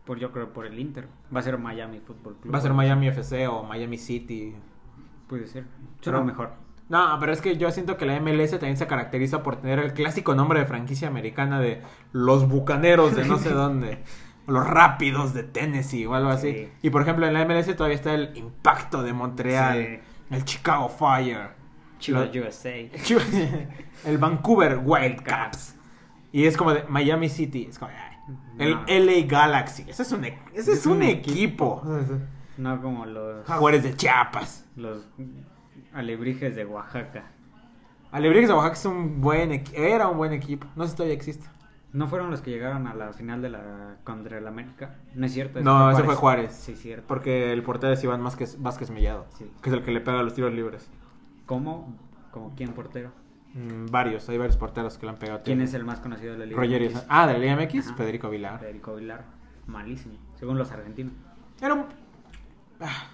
[SPEAKER 2] Por, yo creo por el Inter. Va a ser Miami Fútbol Club.
[SPEAKER 1] Va a ser Miami FC o Miami City.
[SPEAKER 2] Puede ser.
[SPEAKER 1] Pero-
[SPEAKER 2] Suena mejor.
[SPEAKER 1] No, pero es que yo siento que la MLS también se caracteriza por tener el clásico nombre de franquicia americana de los bucaneros de no sé dónde. o los rápidos de Tennessee o algo así.
[SPEAKER 2] Sí.
[SPEAKER 1] Y por ejemplo, en la MLS todavía está el impacto de Montreal, el Chicago Fire,
[SPEAKER 2] Chivo
[SPEAKER 1] Lo-
[SPEAKER 2] USA.
[SPEAKER 1] *laughs* el Vancouver Wildcats. Y es como de Miami City, es como de, ay, el
[SPEAKER 2] No.
[SPEAKER 1] LA Galaxy. Ese es un, e- ese es un equipo.
[SPEAKER 2] No
[SPEAKER 1] *laughs*
[SPEAKER 2] como los,
[SPEAKER 1] Jaguares de Chiapas.
[SPEAKER 2] los alebrijes de Oaxaca.
[SPEAKER 1] Alebrijes de Oaxaca es un buen equi- era un buen equipo. No sé si todavía existe.
[SPEAKER 2] ¿No fueron los que llegaron a la final de la contra el América? No es cierto.
[SPEAKER 1] No, ese fue Juárez.
[SPEAKER 2] Sí, cierto.
[SPEAKER 1] Porque el portero es Iván Vázquez, Vázquez Mellado,
[SPEAKER 2] Sí.
[SPEAKER 1] que es el que le pega los tiros libres.
[SPEAKER 2] ¿Cómo? ¿Como quién portero?
[SPEAKER 1] Mm, varios, hay varios porteros que le han pegado.
[SPEAKER 2] ¿Quién
[SPEAKER 1] tiros.
[SPEAKER 2] es el más conocido de la liga?
[SPEAKER 1] Rogerio.
[SPEAKER 2] MX?
[SPEAKER 1] Sa- Ah, de la Liga MX,
[SPEAKER 2] Ajá.
[SPEAKER 1] Federico Vilar.
[SPEAKER 2] Federico Vilar. Malísimo. Según los argentinos.
[SPEAKER 1] Era un... Ah,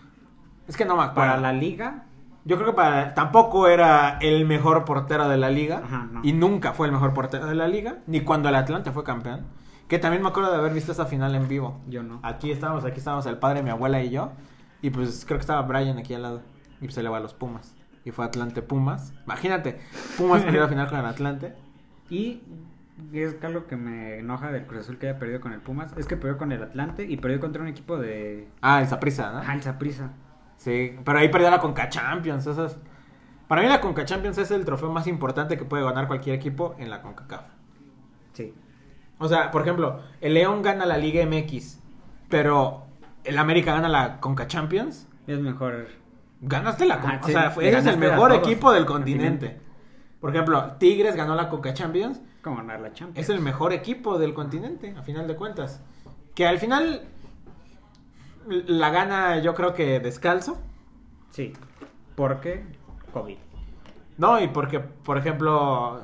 [SPEAKER 1] Es que no me acuerdo.
[SPEAKER 2] Para la liga,
[SPEAKER 1] Yo creo que para... tampoco era el mejor portero de la liga.
[SPEAKER 2] Ajá, no.
[SPEAKER 1] Y nunca fue el mejor portero de la liga. Ni cuando el Atlante fue campeón. Que también me acuerdo de haber visto esa final en vivo.
[SPEAKER 2] yo no.
[SPEAKER 1] Aquí estábamos, aquí estábamos el padre, mi abuela y yo. Y pues creo que estaba Brian aquí al lado. Y pues se le va a los Pumas. Y fue Atlante Pumas. Imagínate, Pumas perdió la final con el Atlante.
[SPEAKER 2] Y es que algo que me enoja del Cruz Azul que haya perdido con el Pumas. Es que perdió con el Atlante y perdió contra un equipo de
[SPEAKER 1] Ah, el Saprissa, ¿no?
[SPEAKER 2] Hansa Prisa.
[SPEAKER 1] Sí, pero ahí perdió la Conca Champions. Esas... Para mí la Conca Champions es el trofeo más importante que puede ganar cualquier equipo en la CONCACAF.
[SPEAKER 2] Sí.
[SPEAKER 1] O sea, por ejemplo, el León gana la Liga MX, pero el América gana la Conca Champions.
[SPEAKER 2] Es mejor.
[SPEAKER 1] Ganaste la Conca.
[SPEAKER 2] Ajá, Ah, sí,
[SPEAKER 1] o sea, fue-
[SPEAKER 2] le
[SPEAKER 1] eres el
[SPEAKER 2] ganaste a
[SPEAKER 1] mejor
[SPEAKER 2] todos.
[SPEAKER 1] equipo del continente. Por ejemplo, Tigres ganó la Conca Champions.
[SPEAKER 2] Como ganar la Champions.
[SPEAKER 1] Es el mejor equipo del continente, a final de cuentas. Que al final la gana, yo creo que descalzo.
[SPEAKER 2] Sí. Porque COVID.
[SPEAKER 1] No, y porque, por ejemplo,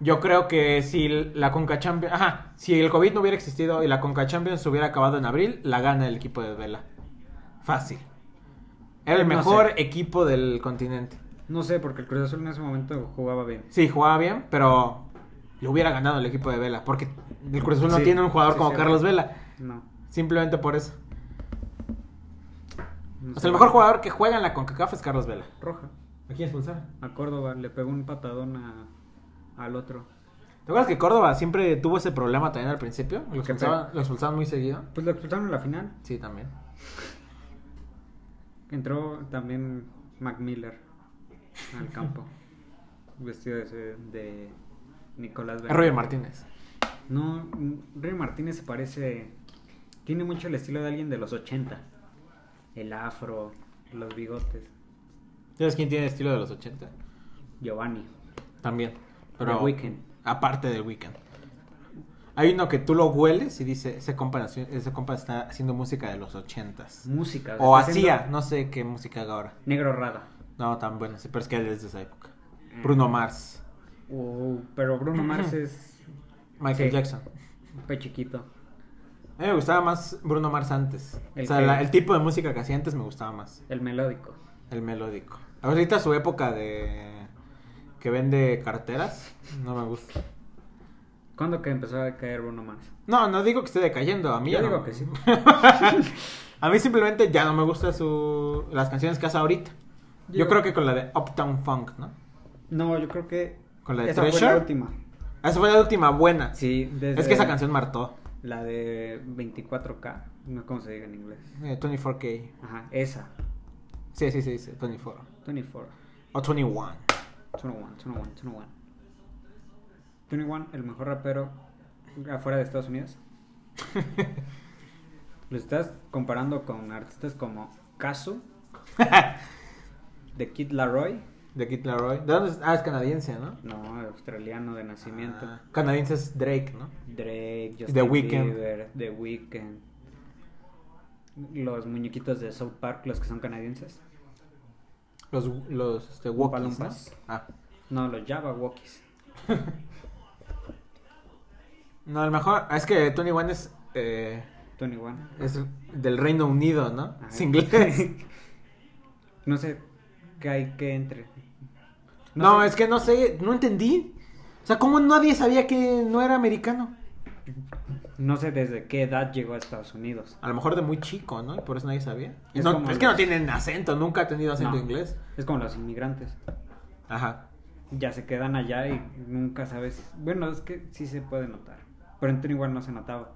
[SPEAKER 1] yo creo que si la Conca Champions. Ajá, si el COVID no hubiera existido y la Conca Champions hubiera acabado en abril, la gana el equipo de Vela. Fácil. Era el
[SPEAKER 2] No
[SPEAKER 1] mejor equipo del continente.
[SPEAKER 2] No sé, porque el Cruz Azul en ese momento jugaba bien.
[SPEAKER 1] Sí, jugaba bien, pero lo hubiera ganado el equipo de Vela. Porque el Cruz Azul no
[SPEAKER 2] Sí,
[SPEAKER 1] tiene un jugador
[SPEAKER 2] sí,
[SPEAKER 1] como
[SPEAKER 2] sí,
[SPEAKER 1] Carlos
[SPEAKER 2] sí.
[SPEAKER 1] Vela.
[SPEAKER 2] No.
[SPEAKER 1] Simplemente por eso.
[SPEAKER 2] no
[SPEAKER 1] O
[SPEAKER 2] sé.
[SPEAKER 1] sea, el mejor jugador que juega en la CONCACAF es Carlos Vela.
[SPEAKER 2] Roja.
[SPEAKER 1] ¿A quién expulsar?
[SPEAKER 2] A Córdoba le pegó un patadón a, al otro.
[SPEAKER 1] ¿Te acuerdas que Córdoba siempre tuvo ese problema también al principio? Lo
[SPEAKER 2] ¿Qué
[SPEAKER 1] expulsaban, lo expulsaban muy seguido.
[SPEAKER 2] Pues lo expulsaron en la final.
[SPEAKER 1] Sí, también.
[SPEAKER 2] Entró también Mac Miller al
[SPEAKER 1] *laughs*
[SPEAKER 2] campo. vestido de, ese- de Nicolás
[SPEAKER 1] Es Roger Martínez.
[SPEAKER 2] No, mm, Roy Martínez se parece. Tiene mucho el estilo de alguien de los 80. El afro, los bigotes.
[SPEAKER 1] ¿Sabes quién tiene estilo de los 80?
[SPEAKER 2] Giovanni.
[SPEAKER 1] También.
[SPEAKER 2] The Weeknd.
[SPEAKER 1] Aparte del Weekend. Hay uno que tú lo hueles y dice, ese compa, nació- ese compa está haciendo música de los 80s.
[SPEAKER 2] Música.
[SPEAKER 1] O
[SPEAKER 2] Mm. está haciendo
[SPEAKER 1] hacía, no sé qué música haga ahora.
[SPEAKER 2] Negro Rada.
[SPEAKER 1] No, tan bueno, sí, pero es que él es de esa época.
[SPEAKER 2] Mm.
[SPEAKER 1] Bruno Mars,
[SPEAKER 2] Uh, pero Bruno Mars es
[SPEAKER 1] Michael
[SPEAKER 2] Sí.
[SPEAKER 1] Jackson.
[SPEAKER 2] pe chiquito.
[SPEAKER 1] A mí me gustaba más Bruno Mars antes.
[SPEAKER 2] El
[SPEAKER 1] o sea,
[SPEAKER 2] que-
[SPEAKER 1] la- el tipo de música que hacía antes me gustaba más.
[SPEAKER 2] El melódico.
[SPEAKER 1] El melódico. Ahorita su época de... Que vende carteras, no me gusta.
[SPEAKER 2] ¿Cuándo que empezó a caer Bruno Mars?
[SPEAKER 1] No, no digo que esté decayendo, a mí
[SPEAKER 2] Yo
[SPEAKER 1] ya
[SPEAKER 2] digo
[SPEAKER 1] no.
[SPEAKER 2] que sí.
[SPEAKER 1] *laughs* A mí simplemente ya no me gustan su... las canciones que hace ahorita. Yo,
[SPEAKER 2] Yo-
[SPEAKER 1] creo que con la de Uptown Funk, ¿no?
[SPEAKER 2] No, yo creo que.
[SPEAKER 1] Con la de
[SPEAKER 2] esa fue
[SPEAKER 1] Treasure.
[SPEAKER 2] la última.
[SPEAKER 1] Esa fue la última buena.
[SPEAKER 2] Sí, desde.
[SPEAKER 1] Es que esa canción martó.
[SPEAKER 2] La de 24K. No sé cómo se diga en inglés.
[SPEAKER 1] Eh, 24K.
[SPEAKER 2] Ajá, esa.
[SPEAKER 1] Sí, sí, sí, sí, 24.
[SPEAKER 2] 24.
[SPEAKER 1] O 21.
[SPEAKER 2] 21, 21, 21. 21, el mejor rapero afuera de Estados Unidos.
[SPEAKER 1] *laughs*
[SPEAKER 2] Lo estás comparando con artistas como
[SPEAKER 1] *laughs*
[SPEAKER 2] Kazu, The Kid Laroi,
[SPEAKER 1] De Kid Laroi. ¿De dónde es? Ah, es canadiense, ¿no?
[SPEAKER 2] no, australiano de nacimiento,
[SPEAKER 1] Ah, canadiense es Drake, ¿no?
[SPEAKER 2] Drake, Justin
[SPEAKER 1] The Weeknd.
[SPEAKER 2] Bieber, The Weeknd, los muñequitos de South Park, los que son canadienses,
[SPEAKER 1] Los, los este,
[SPEAKER 2] Oompa
[SPEAKER 1] Wookiees, ¿no?
[SPEAKER 2] Loompas.
[SPEAKER 1] Ah.
[SPEAKER 2] no, los Java Walkies.
[SPEAKER 1] No, a lo mejor... Es que 21 es... eh,
[SPEAKER 2] 21.
[SPEAKER 1] es del Reino Unido, ¿no?
[SPEAKER 2] Ajá.
[SPEAKER 1] Es
[SPEAKER 2] *laughs*
[SPEAKER 1] inglés.
[SPEAKER 2] No sé qué hay que entre.
[SPEAKER 1] No,
[SPEAKER 2] sé.
[SPEAKER 1] es que no sé, no entendí. O sea, ¿cómo nadie sabía que no era americano?
[SPEAKER 2] No sé desde qué edad llegó a Estados Unidos.
[SPEAKER 1] A lo mejor de muy chico, ¿no? Y por eso nadie sabía.
[SPEAKER 2] Es
[SPEAKER 1] No,
[SPEAKER 2] como
[SPEAKER 1] es que no
[SPEAKER 2] los-
[SPEAKER 1] tienen acento, nunca ha tenido acento
[SPEAKER 2] No.
[SPEAKER 1] inglés.
[SPEAKER 2] Es como los inmigrantes.
[SPEAKER 1] Ajá.
[SPEAKER 2] Ya se quedan allá y nunca sabes. Bueno, es que sí se puede notar. Pero en igual no se notaba.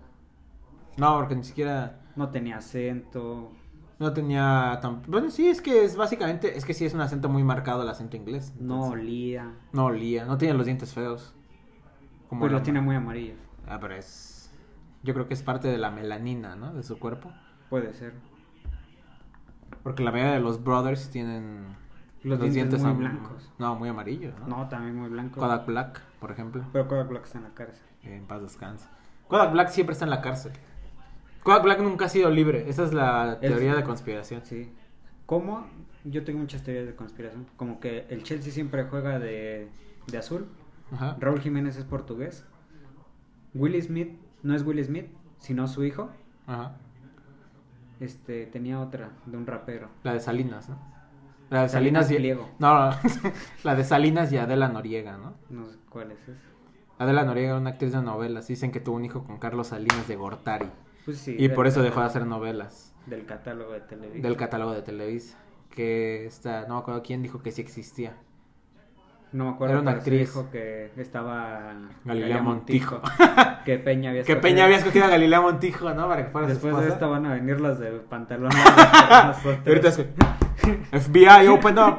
[SPEAKER 1] No, porque ni siquiera.
[SPEAKER 2] No tenía acento.
[SPEAKER 1] No tenía tan. Bueno, sí, es que es básicamente. Es que sí es un acento muy marcado el acento inglés.
[SPEAKER 2] No
[SPEAKER 1] Entonces,
[SPEAKER 2] olía.
[SPEAKER 1] No olía. No tiene los dientes feos.
[SPEAKER 2] Como pues
[SPEAKER 1] la
[SPEAKER 2] los tiene
[SPEAKER 1] ma-
[SPEAKER 2] muy amarillos.
[SPEAKER 1] Ah, pero es. Yo creo que es parte de la melanina, ¿no? De su cuerpo.
[SPEAKER 2] Puede ser.
[SPEAKER 1] Porque la mayoría de los brothers tienen.
[SPEAKER 2] Los dientes muy
[SPEAKER 1] am-
[SPEAKER 2] blancos.
[SPEAKER 1] No, muy amarillos, ¿no?
[SPEAKER 2] No, también muy blanco.
[SPEAKER 1] Kodak Black, por ejemplo.
[SPEAKER 2] Pero Kodak Black está en la cárcel.
[SPEAKER 1] En paz descanse. Kodak Black siempre está en la cárcel. Kodak Black nunca ha sido libre. Esa es la
[SPEAKER 2] Es-
[SPEAKER 1] teoría de conspiración.
[SPEAKER 2] Sí. ¿Cómo? Yo tengo muchas teorías de conspiración. Como que el Chelsea siempre juega de, de azul.
[SPEAKER 1] Ajá.
[SPEAKER 2] Raúl Jiménez es portugués. Will Smith no es Will Smith, sino su hijo.
[SPEAKER 1] Ajá.
[SPEAKER 2] Este, tenía otra de un rapero.
[SPEAKER 1] La de Salinas, ¿no? La de
[SPEAKER 2] Salinas
[SPEAKER 1] Salinas, y...
[SPEAKER 2] Pliego.
[SPEAKER 1] No, no, *laughs* la de Salinas y Adela Noriega, ¿no?
[SPEAKER 2] No sé cuál es esa.
[SPEAKER 1] Adela Noriega era una actriz de novelas. Dicen que tuvo un hijo con Carlos Salinas de Gortari.
[SPEAKER 2] Pues sí,
[SPEAKER 1] Y
[SPEAKER 2] del
[SPEAKER 1] por eso dejó de
[SPEAKER 2] catálogo-
[SPEAKER 1] hacer novelas
[SPEAKER 2] Del catálogo de televisión.
[SPEAKER 1] del catálogo de Televisa. Que está, no me acuerdo quién dijo que sí existía.
[SPEAKER 2] No me acuerdo.
[SPEAKER 1] Era una
[SPEAKER 2] pero sí
[SPEAKER 1] actriz.
[SPEAKER 2] Dijo que estaba
[SPEAKER 1] Galilea
[SPEAKER 2] *laughs* que Peña
[SPEAKER 1] *laughs*
[SPEAKER 2] había
[SPEAKER 1] Que
[SPEAKER 2] escogido.
[SPEAKER 1] Peña había escogido a Galilea Montijo, ¿no? Para que fuera su
[SPEAKER 2] Después de
[SPEAKER 1] esposa.
[SPEAKER 2] esta van a venir las de
[SPEAKER 1] *laughs*
[SPEAKER 2] pantalón. largo con
[SPEAKER 1] Y ahorita
[SPEAKER 2] nosotros.
[SPEAKER 1] es-
[SPEAKER 2] *laughs*
[SPEAKER 1] FBI, open up.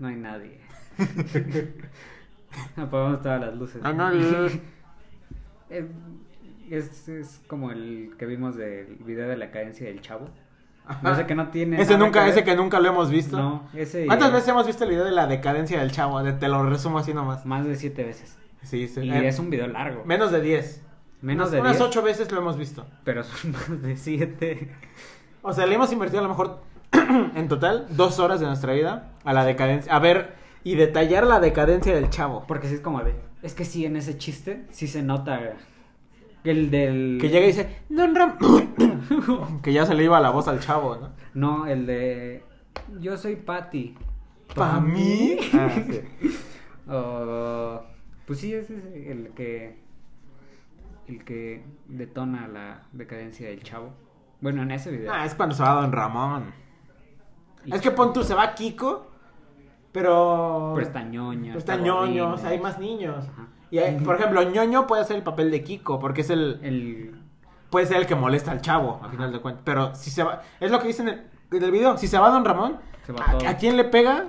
[SPEAKER 2] No
[SPEAKER 1] *laughs*
[SPEAKER 2] hay nadie. *laughs* Apagamos todas las luces.
[SPEAKER 1] No, no,
[SPEAKER 2] *laughs*
[SPEAKER 1] no.
[SPEAKER 2] Es, es- es como el que vimos del video de la cadencia del chavo. No sé que no tiene.
[SPEAKER 1] Ese
[SPEAKER 2] nada
[SPEAKER 1] nunca,
[SPEAKER 2] ver.
[SPEAKER 1] ese que nunca lo hemos visto.
[SPEAKER 2] No, ese. y-
[SPEAKER 1] ¿Cuántas veces hemos visto el video de la decadencia del chavo? De- te lo resumo así nomás.
[SPEAKER 2] Más de siete veces.
[SPEAKER 1] Sí, sí.
[SPEAKER 2] Y
[SPEAKER 1] Eh,
[SPEAKER 2] es un video largo.
[SPEAKER 1] Menos de 10.
[SPEAKER 2] Menos de
[SPEAKER 1] Unas
[SPEAKER 2] 10.
[SPEAKER 1] 8 veces lo hemos visto.
[SPEAKER 2] Pero son *laughs* más de siete.
[SPEAKER 1] O sea, le hemos invertido a lo mejor *clears throat* en total dos horas de nuestra vida a la decadencia. A ver y detallar la decadencia del chavo.
[SPEAKER 2] Porque sí es como de. Es que sí, en ese chiste, sí se nota. El del.
[SPEAKER 1] Que llega y dice, Don Ram. *coughs* que ya se le iba la voz al chavo, ¿no?
[SPEAKER 2] No, el de. Yo soy Patty.
[SPEAKER 1] ¿Pa mí? Ah, sí.
[SPEAKER 2] *laughs* O- pues sí, ese es el que. El que detona la decadencia del chavo. Bueno, en ese
[SPEAKER 1] *laughs*
[SPEAKER 2] video.
[SPEAKER 1] Ah, es cuando se va Don Ramón.
[SPEAKER 2] Y-
[SPEAKER 1] Es que pon tú, se va Kiko, pero.
[SPEAKER 2] Pero está eh. ñoño.
[SPEAKER 1] pero está
[SPEAKER 2] gordín,
[SPEAKER 1] ñoño, o sea, hay más niños. Y hay- por ejemplo, ñoño puede hacer el papel de Kiko, porque es el.
[SPEAKER 2] El.
[SPEAKER 1] Puede ser el que molesta al chavo, al final de cuentas. Pero si se va. Es lo que dicen en el, en el video. Si se va Don Ramón,
[SPEAKER 2] Se va
[SPEAKER 1] ¿a-
[SPEAKER 2] todo.
[SPEAKER 1] ¿a, quién le pega?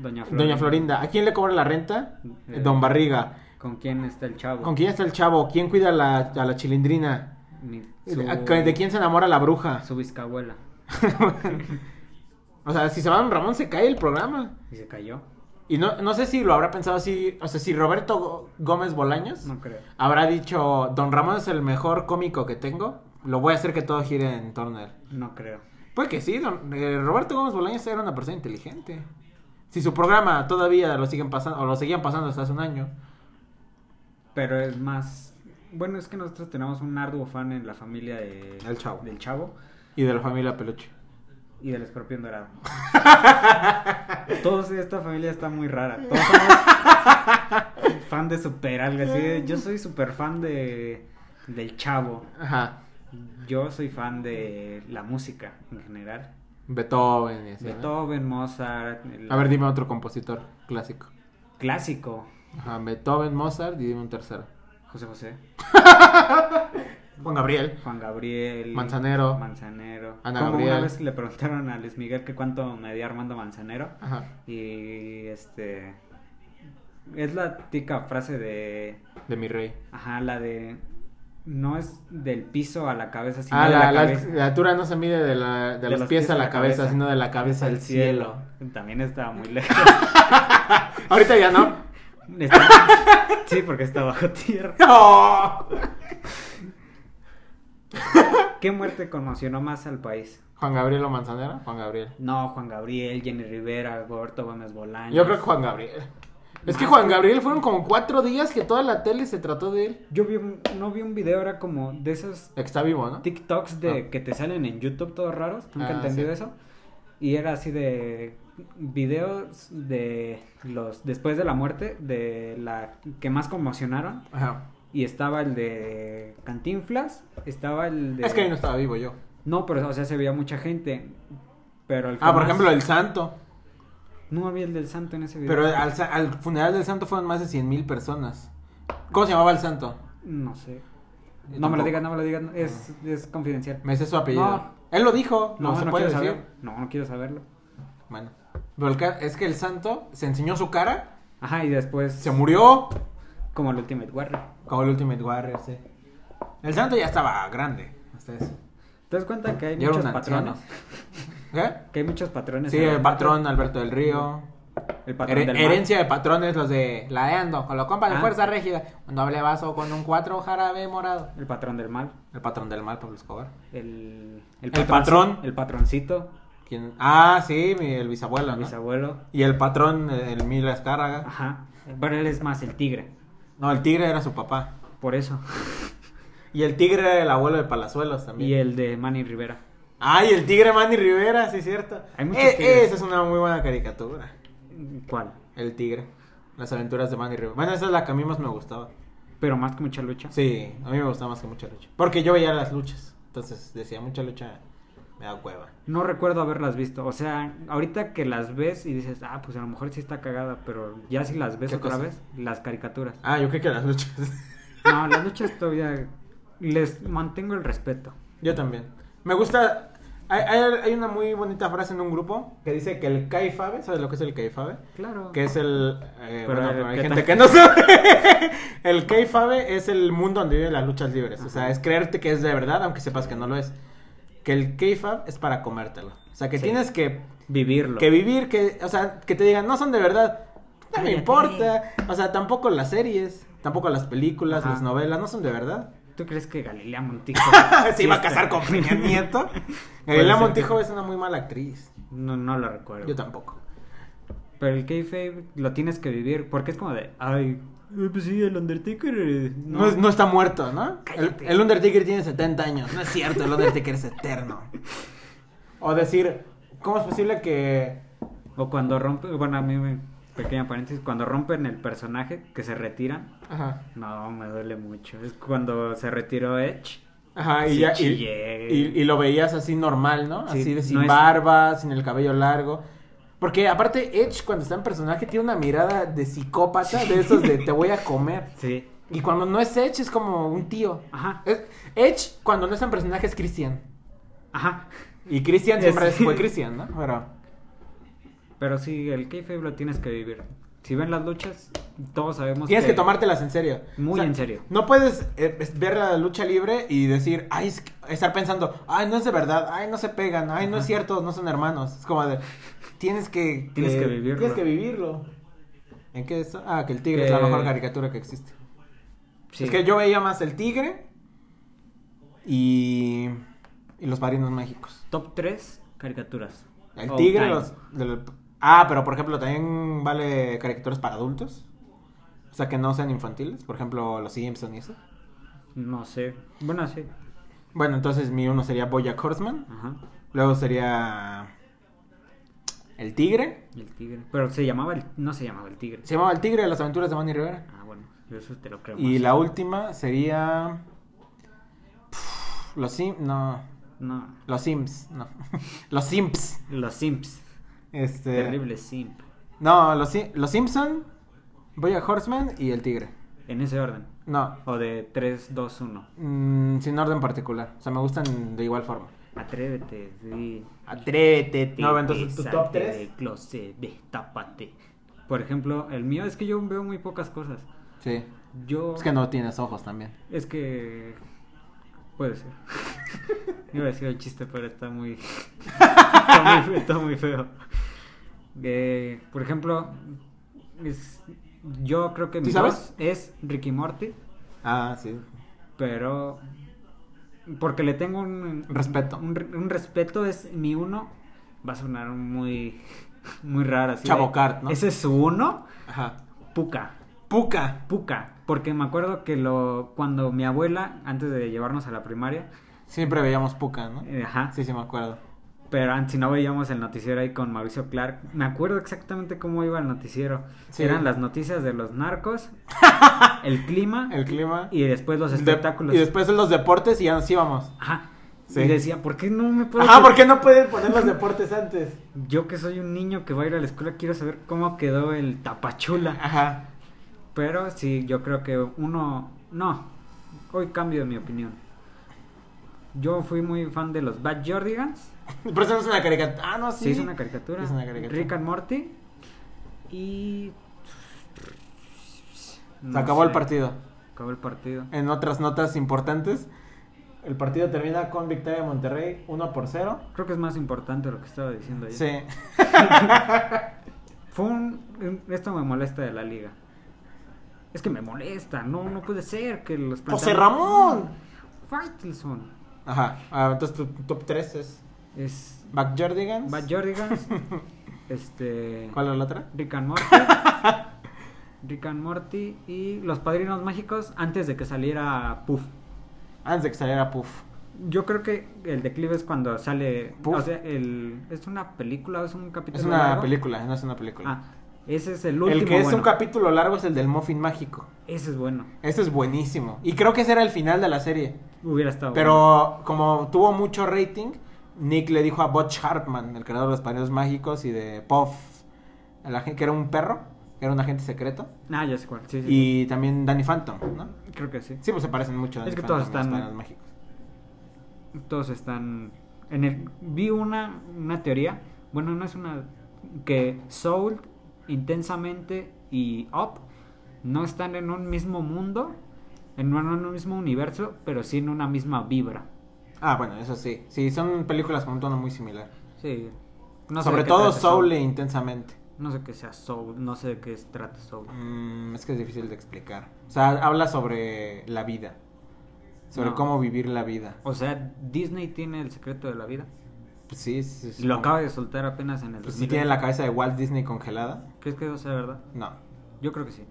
[SPEAKER 2] Doña Florinda.
[SPEAKER 1] Doña Florinda. ¿A quién le cobra la renta?
[SPEAKER 2] Eh.
[SPEAKER 1] Don Barriga.
[SPEAKER 2] ¿Con quién está el chavo?
[SPEAKER 1] ¿Con quién está el chavo? ¿Quién cuida a la, a la chilindrina?
[SPEAKER 2] Mi-
[SPEAKER 1] ¿A-
[SPEAKER 2] su-
[SPEAKER 1] ¿De quién se enamora la bruja?
[SPEAKER 2] Su bisabuela.
[SPEAKER 1] o sea, si se va Don Ramón, se cae el programa.
[SPEAKER 2] Y se cayó.
[SPEAKER 1] Y no, no sé si lo habrá pensado así, o sea, si Roberto Gó- Gómez Bolaños
[SPEAKER 2] No creo.
[SPEAKER 1] habrá dicho, Don Ramón es el mejor cómico que tengo, lo voy a hacer que todo gire en torno a él.
[SPEAKER 2] No creo.
[SPEAKER 1] Puede que sí, don- eh, Roberto Gómez Bolaños era una persona inteligente. Si su programa todavía lo siguen pasando, o lo seguían pasando hasta hace un año.
[SPEAKER 2] Pero es más. Bueno, es que nosotros tenemos un arduo fan en la familia de,
[SPEAKER 1] Del Chavo.
[SPEAKER 2] del Chavo
[SPEAKER 1] Y de la familia Peluche.
[SPEAKER 2] y del
[SPEAKER 1] *laughs*
[SPEAKER 2] Escorpión Dorado. Todos de esta familia está muy rara. Todos somos fan de super algo así. de- Yo soy super fan de del Chavo.
[SPEAKER 1] Ajá.
[SPEAKER 2] Yo soy fan de la música en general.
[SPEAKER 1] Beethoven y así, ¿no?
[SPEAKER 2] Beethoven, Mozart, el
[SPEAKER 1] A ver, dime otro compositor clásico.
[SPEAKER 2] clásico,
[SPEAKER 1] Ajá, Beethoven, Mozart y dime un tercero.
[SPEAKER 2] José José,
[SPEAKER 1] Juan Gabriel.
[SPEAKER 2] Juan Gabriel,
[SPEAKER 1] Manzanero.
[SPEAKER 2] Manzanero.
[SPEAKER 1] Ana
[SPEAKER 2] Como una
[SPEAKER 1] Gabriel.
[SPEAKER 2] vez le preguntaron a Luis Miguel que cuánto medía Armando Manzanero
[SPEAKER 1] Ajá.
[SPEAKER 2] y este es la tica frase de
[SPEAKER 1] De mi rey.
[SPEAKER 2] ajá, la de no es del piso a la cabeza, sino
[SPEAKER 1] Ah,
[SPEAKER 2] de
[SPEAKER 1] la,
[SPEAKER 2] la,
[SPEAKER 1] la-
[SPEAKER 2] cabeza
[SPEAKER 1] la altura no se mide de, la, de,
[SPEAKER 2] De
[SPEAKER 1] los, pies a la cabeza, sino de la cabeza al
[SPEAKER 2] al
[SPEAKER 1] cielo.
[SPEAKER 2] También estaba muy lejos. *laughs*
[SPEAKER 1] Ahorita ya no.
[SPEAKER 2] Está- Sí, porque está bajo tierra.
[SPEAKER 1] ¡No!
[SPEAKER 2] ¿Qué muerte conmocionó más al país?
[SPEAKER 1] Juan Gabriel o Manzanera. Juan Gabriel.
[SPEAKER 2] No, Juan Gabriel, Jenny Rivera, Gorto Gómez Bolaños.
[SPEAKER 1] Yo creo que Juan Gabriel. Es que
[SPEAKER 2] Más
[SPEAKER 1] Juan
[SPEAKER 2] que-
[SPEAKER 1] Gabriel fueron como cuatro días que toda la tele se trató de él.
[SPEAKER 2] Yo vi un- no vi un video, era como de esos
[SPEAKER 1] Está vivo, ¿no?
[SPEAKER 2] TikToks de
[SPEAKER 1] Ah.
[SPEAKER 2] que te salen en YouTube todos raros. Nunca he
[SPEAKER 1] Ah,
[SPEAKER 2] entendido
[SPEAKER 1] sí.
[SPEAKER 2] eso. Y era así de videos de los después de la muerte de la que más conmocionaron
[SPEAKER 1] Ajá.
[SPEAKER 2] y estaba el de Cantinflas, estaba el de
[SPEAKER 1] Es que ahí no estaba vivo yo.
[SPEAKER 2] No, pero o sea, se veía mucha gente. Pero el que
[SPEAKER 1] Ah, por
[SPEAKER 2] más-
[SPEAKER 1] ejemplo, el santo.
[SPEAKER 2] no había el del santo en ese video.
[SPEAKER 1] Pero ah, al, sa- al funeral del santo fueron más de 100 mil personas. ¿Cómo se llamaba el santo?
[SPEAKER 2] no sé. No
[SPEAKER 1] eh, tampoco. Ah.
[SPEAKER 2] me lo digas, no me lo digas, es, es confidencial.
[SPEAKER 1] Me sé su apellido.
[SPEAKER 2] No.
[SPEAKER 1] Él lo dijo, no, se puede
[SPEAKER 2] quiero
[SPEAKER 1] decir.
[SPEAKER 2] saber. No, no quiero saberlo.
[SPEAKER 1] Bueno. Pero el ca- es que el santo se enseñó su cara,
[SPEAKER 2] Ajá, y después.
[SPEAKER 1] se murió,
[SPEAKER 2] Como el Ultimate Warrior.
[SPEAKER 1] acabó el Ultimate Warrior, sí. El santo ya estaba grande, hasta eso.
[SPEAKER 2] ¿Te das cuenta que hay
[SPEAKER 1] Ya era
[SPEAKER 2] muchos
[SPEAKER 1] un anciano.
[SPEAKER 2] patrones? *laughs*
[SPEAKER 1] ¿Qué?
[SPEAKER 2] Que hay muchos patrones.
[SPEAKER 1] Sí,
[SPEAKER 2] en
[SPEAKER 1] el patrón Alberto del Río.
[SPEAKER 2] El patrón
[SPEAKER 1] Her-
[SPEAKER 2] del mal.
[SPEAKER 1] herencia de patrones, los de la de Ando, con los compas de
[SPEAKER 2] Ah.
[SPEAKER 1] fuerza rígida. Un doble vaso con un cuatro jarabe morado.
[SPEAKER 2] El patrón del mal.
[SPEAKER 1] El patrón del mal, Pablo Escobar.
[SPEAKER 2] El,
[SPEAKER 1] El
[SPEAKER 2] patronci-
[SPEAKER 1] patrón.
[SPEAKER 2] El patroncito.
[SPEAKER 1] ¿Quién? Ah, sí, mi- el bisabuelo, ¿no?
[SPEAKER 2] Bisabuelo. Ah.
[SPEAKER 1] Y el patrón, el, el Emilio Azcárraga.
[SPEAKER 2] Ajá. Pero él es más el tigre.
[SPEAKER 1] No, el tigre era su papá.
[SPEAKER 2] Por eso.
[SPEAKER 1] Y el tigre era el abuelo de Palazuelos también.
[SPEAKER 2] Y el de Manny Rivera.
[SPEAKER 1] Ay, el tigre Manny Rivera, sí, cierto.
[SPEAKER 2] Hay muchos
[SPEAKER 1] Eh,
[SPEAKER 2] tigres.
[SPEAKER 1] esa es una muy buena caricatura.
[SPEAKER 2] ¿Cuál?
[SPEAKER 1] El tigre. Las aventuras de Manny Rivera. Bueno, esa es la que a mí más me gustaba.
[SPEAKER 2] Pero más que mucha lucha.
[SPEAKER 1] Sí, a mí me gustaba más que mucha lucha. Porque yo veía las luchas. Entonces decía, mucha lucha me da cueva.
[SPEAKER 2] No recuerdo haberlas visto. O sea, ahorita que las ves y dices, ah, pues a lo mejor sí está cagada, pero ya si las ves
[SPEAKER 1] ¿Qué
[SPEAKER 2] otra
[SPEAKER 1] cosa?
[SPEAKER 2] vez, las caricaturas.
[SPEAKER 1] Ah, yo creo que las luchas. *laughs*
[SPEAKER 2] No, las luchas todavía les mantengo el respeto.
[SPEAKER 1] yo también. Me gusta. Hay, hay- hay una muy bonita frase en un grupo que dice que el caifabe, ¿sabes lo que es el caifabe?
[SPEAKER 2] Claro.
[SPEAKER 1] Que es el. eh,
[SPEAKER 2] Pero
[SPEAKER 1] bueno,
[SPEAKER 2] el-
[SPEAKER 1] pero hay
[SPEAKER 2] ¿qué
[SPEAKER 1] gente
[SPEAKER 2] tal?
[SPEAKER 1] que no sabe. *laughs* el K-Fabe es el mundo donde viven las luchas libres. O sea, es creerte que es de verdad, aunque sepas que no lo es. Que el K-Fab es para comértelo. O sea, que
[SPEAKER 2] Sí.
[SPEAKER 1] tienes que,
[SPEAKER 2] Vivirlo.
[SPEAKER 1] que vivir, que. O sea, que te digan, no son de verdad. No me
[SPEAKER 2] Cállate.
[SPEAKER 1] importa. O sea, tampoco las series, tampoco las películas,
[SPEAKER 2] Ajá.
[SPEAKER 1] las novelas, no son de verdad.
[SPEAKER 2] ¿Tú crees que Galilea Montijo
[SPEAKER 1] *laughs* Se iba a
[SPEAKER 2] Ah, sí
[SPEAKER 1] casar
[SPEAKER 2] está?
[SPEAKER 1] con Peña *laughs* Nieto.
[SPEAKER 2] Puede
[SPEAKER 1] Gabriela
[SPEAKER 2] ser
[SPEAKER 1] Eh, Montijo
[SPEAKER 2] que-
[SPEAKER 1] es una muy mala actriz.
[SPEAKER 2] No, no lo recuerdo.
[SPEAKER 1] Yo tampoco.
[SPEAKER 2] Pero el kayfabe lo tienes que vivir porque es como de, ay, eh, pues sí, el Undertaker. eh,
[SPEAKER 1] No, es- no está muerto, ¿no? El,
[SPEAKER 2] Cállate.
[SPEAKER 1] el Undertaker tiene 70 años. No es cierto, el Undertaker es eterno. O decir, ¿cómo es posible que...
[SPEAKER 2] O cuando rompe, bueno, a mí me, pequeña paréntesis, cuando rompen el personaje que se retiran,
[SPEAKER 1] Ajá.
[SPEAKER 2] no, me duele mucho. Es cuando se retiró Edge.
[SPEAKER 1] Ajá, y,
[SPEAKER 2] Sí,
[SPEAKER 1] ya, y,
[SPEAKER 2] chillé.
[SPEAKER 1] y- y lo veías así normal, ¿no?
[SPEAKER 2] Sí,
[SPEAKER 1] así de sin
[SPEAKER 2] no es-
[SPEAKER 1] barba, sin el cabello largo. Porque aparte Edge cuando está en personaje tiene una mirada de psicópata, de esos de te voy a comer.
[SPEAKER 2] Sí.
[SPEAKER 1] Y cuando no es Edge es como un tío.
[SPEAKER 2] Ajá.
[SPEAKER 1] Es- Edge cuando no está en personaje es Christian.
[SPEAKER 2] Ajá.
[SPEAKER 1] Y Christian siempre
[SPEAKER 2] Sí.
[SPEAKER 1] fue Christian, ¿no? Pero...
[SPEAKER 2] Pero sí, el kayfabe lo tienes que vivir. Si ven las luchas, todos sabemos
[SPEAKER 1] Tienes que tomártelas en serio.
[SPEAKER 2] Muy en serio.
[SPEAKER 1] No puedes eh, es- ver la lucha libre y decir, ay, es que- estar pensando, ay, no es de verdad, ay, no se pegan, ay, no es cierto, no son hermanos. Es como de, tienes que... eh,
[SPEAKER 2] Tienes que vivirlo.
[SPEAKER 1] Tienes que vivirlo. ¿En qué esto? Ah, que el tigre es
[SPEAKER 2] Que-
[SPEAKER 1] la mejor caricatura que existe.
[SPEAKER 2] Sí.
[SPEAKER 1] Es que yo veía más el tigre y, y los padrinos mágicos.
[SPEAKER 2] Top 3 caricaturas.
[SPEAKER 1] El
[SPEAKER 2] All
[SPEAKER 1] tigre,
[SPEAKER 2] time.
[SPEAKER 1] los... del- ah, pero por ejemplo, también vale caricaturas para adultos. O sea, que no sean infantiles. Por ejemplo, los Simpson y eso.
[SPEAKER 2] No sé. Bueno, sí.
[SPEAKER 1] Bueno, entonces mi uno sería Bojack Horseman.
[SPEAKER 2] Ajá.
[SPEAKER 1] Luego sería. El Tigre.
[SPEAKER 2] El tigre. Pero se llamaba el... No se llamaba el tigre.
[SPEAKER 1] Se llamaba El Tigre, las aventuras de Manny Rivera.
[SPEAKER 2] Ah, bueno. Eso te lo creo.
[SPEAKER 1] Y
[SPEAKER 2] más.
[SPEAKER 1] la última sería. Pff, Los Sims. No.
[SPEAKER 2] No.
[SPEAKER 1] Los Sims. No. *laughs* Los Sims.
[SPEAKER 2] Los simps.
[SPEAKER 1] Este.
[SPEAKER 2] Terrible simp.
[SPEAKER 1] No, los, Sim- los Simpson. Bojack Horseman y El Tigre.
[SPEAKER 2] En ese orden.
[SPEAKER 1] No.
[SPEAKER 2] O de 3, 2, 1.
[SPEAKER 1] mm, sin orden particular. O sea, me gustan de igual forma.
[SPEAKER 2] Atrévete, sí.
[SPEAKER 1] Atrévete. No, entonces tu
[SPEAKER 2] Salte
[SPEAKER 1] top
[SPEAKER 2] del
[SPEAKER 1] 3.
[SPEAKER 2] closet, destápate. Por ejemplo, el mío es que yo veo muy pocas cosas.
[SPEAKER 1] Sí.
[SPEAKER 2] Yo.
[SPEAKER 1] Es que no tienes ojos también.
[SPEAKER 2] Es que. Puede ser. *laughs* Iba a decir el chiste, pero está muy. *laughs* está, muy fe- está muy feo. Eh, por ejemplo, es- yo creo que
[SPEAKER 1] ¿Sí
[SPEAKER 2] mi
[SPEAKER 1] sabes?
[SPEAKER 2] voz es Ricky Morty,
[SPEAKER 1] Ah, sí.
[SPEAKER 2] pero. Porque le tengo un.
[SPEAKER 1] Respeto.
[SPEAKER 2] Un, re- un respeto es mi uno. Va a sonar muy. *laughs* Muy raro. Así de,
[SPEAKER 1] Chabocart, ¿no?
[SPEAKER 2] Ese es su uno.
[SPEAKER 1] Ajá.
[SPEAKER 2] Puca.
[SPEAKER 1] Puca.
[SPEAKER 2] Puca, porque me acuerdo que lo cuando mi abuela, antes de llevarnos a la primaria,
[SPEAKER 1] Siempre veíamos Puca, ¿no?
[SPEAKER 2] eh, ajá,
[SPEAKER 1] Sí, sí, me acuerdo.
[SPEAKER 2] pero antes no veíamos el noticiero ahí con Mauricio Clark, me acuerdo exactamente cómo iba el noticiero.
[SPEAKER 1] Sí.
[SPEAKER 2] Eran las noticias de
[SPEAKER 1] *laughs*
[SPEAKER 2] los narcos, el clima
[SPEAKER 1] El clima.
[SPEAKER 2] y después los
[SPEAKER 1] De-
[SPEAKER 2] espectáculos.
[SPEAKER 1] y después los deportes y ya nos íbamos.
[SPEAKER 2] Ajá.
[SPEAKER 1] Sí.
[SPEAKER 2] Y decía, ¿por qué no me puedo
[SPEAKER 1] Ajá,
[SPEAKER 2] quedar?
[SPEAKER 1] ¿por qué no pueden poner los deportes antes?
[SPEAKER 2] Yo que soy un niño que va a ir a la escuela quiero saber cómo quedó el tapachula.
[SPEAKER 1] Ajá.
[SPEAKER 2] Pero sí, yo creo que uno no. hoy cambio mi opinión. Yo fui muy fan de los Bad Jordigans.
[SPEAKER 1] Pero eso no es una caricatura. Ah, no, sí.
[SPEAKER 2] Sí, es una caricatura.
[SPEAKER 1] Es una caricatura.
[SPEAKER 2] Rick and Morty. Y.
[SPEAKER 1] Se
[SPEAKER 2] No
[SPEAKER 1] acabó
[SPEAKER 2] sé,
[SPEAKER 1] el partido.
[SPEAKER 2] Acabó el partido.
[SPEAKER 1] En otras notas importantes, el partido termina con victoria de Monterrey 1 por 0.
[SPEAKER 2] Creo que es más importante lo que estaba diciendo ayer.
[SPEAKER 1] Sí.
[SPEAKER 2] Fue un. Esto me molesta de la liga. Es que me molesta, no, no puede ser que los
[SPEAKER 1] José
[SPEAKER 2] planteamientos-
[SPEAKER 1] Ramón.
[SPEAKER 2] Faitelson.
[SPEAKER 1] Ajá. Ah, entonces tu top 3 es
[SPEAKER 2] Es
[SPEAKER 1] Back Jordigans.
[SPEAKER 2] Bad Jordigans. este.
[SPEAKER 1] *laughs* ¿Cuál es la otra?
[SPEAKER 2] Rick
[SPEAKER 1] *laughs*
[SPEAKER 2] and Morty. Rick and Morty y Los Padrinos Mágicos antes de que saliera Puff.
[SPEAKER 1] Antes de que saliera Puff.
[SPEAKER 2] Yo creo que el declive es cuando sale.
[SPEAKER 1] Puff.
[SPEAKER 2] O sea, el, ¿es una película o es un capítulo?
[SPEAKER 1] Es una
[SPEAKER 2] largo?
[SPEAKER 1] película, no es una película.
[SPEAKER 2] Ah, ese es el último.
[SPEAKER 1] el que es
[SPEAKER 2] bueno.
[SPEAKER 1] un capítulo largo es el del Muffin Mágico.
[SPEAKER 2] Ese es bueno.
[SPEAKER 1] Ese es buenísimo. Y creo que ese era el final de la serie.
[SPEAKER 2] Hubiera estado Ah, bueno.
[SPEAKER 1] Pero como tuvo mucho rating, Nick le dijo a Butch Hartman, el creador de los paneles mágicos y de Puff, a la gente que era un perro, que era un agente secreto,
[SPEAKER 2] Ah, ya sé cuál. Sí, sí,
[SPEAKER 1] y también Danny Phantom, ¿no?
[SPEAKER 2] sí. Creo que sí.
[SPEAKER 1] Sí, pues se parecen mucho a
[SPEAKER 2] Es
[SPEAKER 1] Danny
[SPEAKER 2] que todos
[SPEAKER 1] Phantom y los
[SPEAKER 2] están-
[SPEAKER 1] paneles mágicos.
[SPEAKER 2] Todos están. En el, vi una, una teoría. Bueno, no es una. Que Soul, intensamente y Up no están en un mismo mundo. En, no en un mismo universo, pero sí en una misma vibra.
[SPEAKER 1] Ah, bueno, eso sí. Sí, son películas con un tono muy similar.
[SPEAKER 2] Sí. No sé de
[SPEAKER 1] Sobre
[SPEAKER 2] qué
[SPEAKER 1] todo
[SPEAKER 2] trata
[SPEAKER 1] Soul e Intensamente.
[SPEAKER 2] No sé qué sea Soul, no sé de qué es- trata Soul.
[SPEAKER 1] Mm, es que es difícil de explicar. O sea, habla sobre la vida. Sobre
[SPEAKER 2] No.
[SPEAKER 1] cómo vivir la vida.
[SPEAKER 2] O sea, Disney tiene el secreto de la vida.
[SPEAKER 1] Pues sí, es- es
[SPEAKER 2] Y lo
[SPEAKER 1] como-
[SPEAKER 2] acaba de soltar apenas en el
[SPEAKER 1] Pues sí
[SPEAKER 2] 2000.
[SPEAKER 1] tienen la cabeza de Walt Disney congelada.
[SPEAKER 2] ¿Crees que eso sea verdad?
[SPEAKER 1] No.
[SPEAKER 2] Yo creo que sí.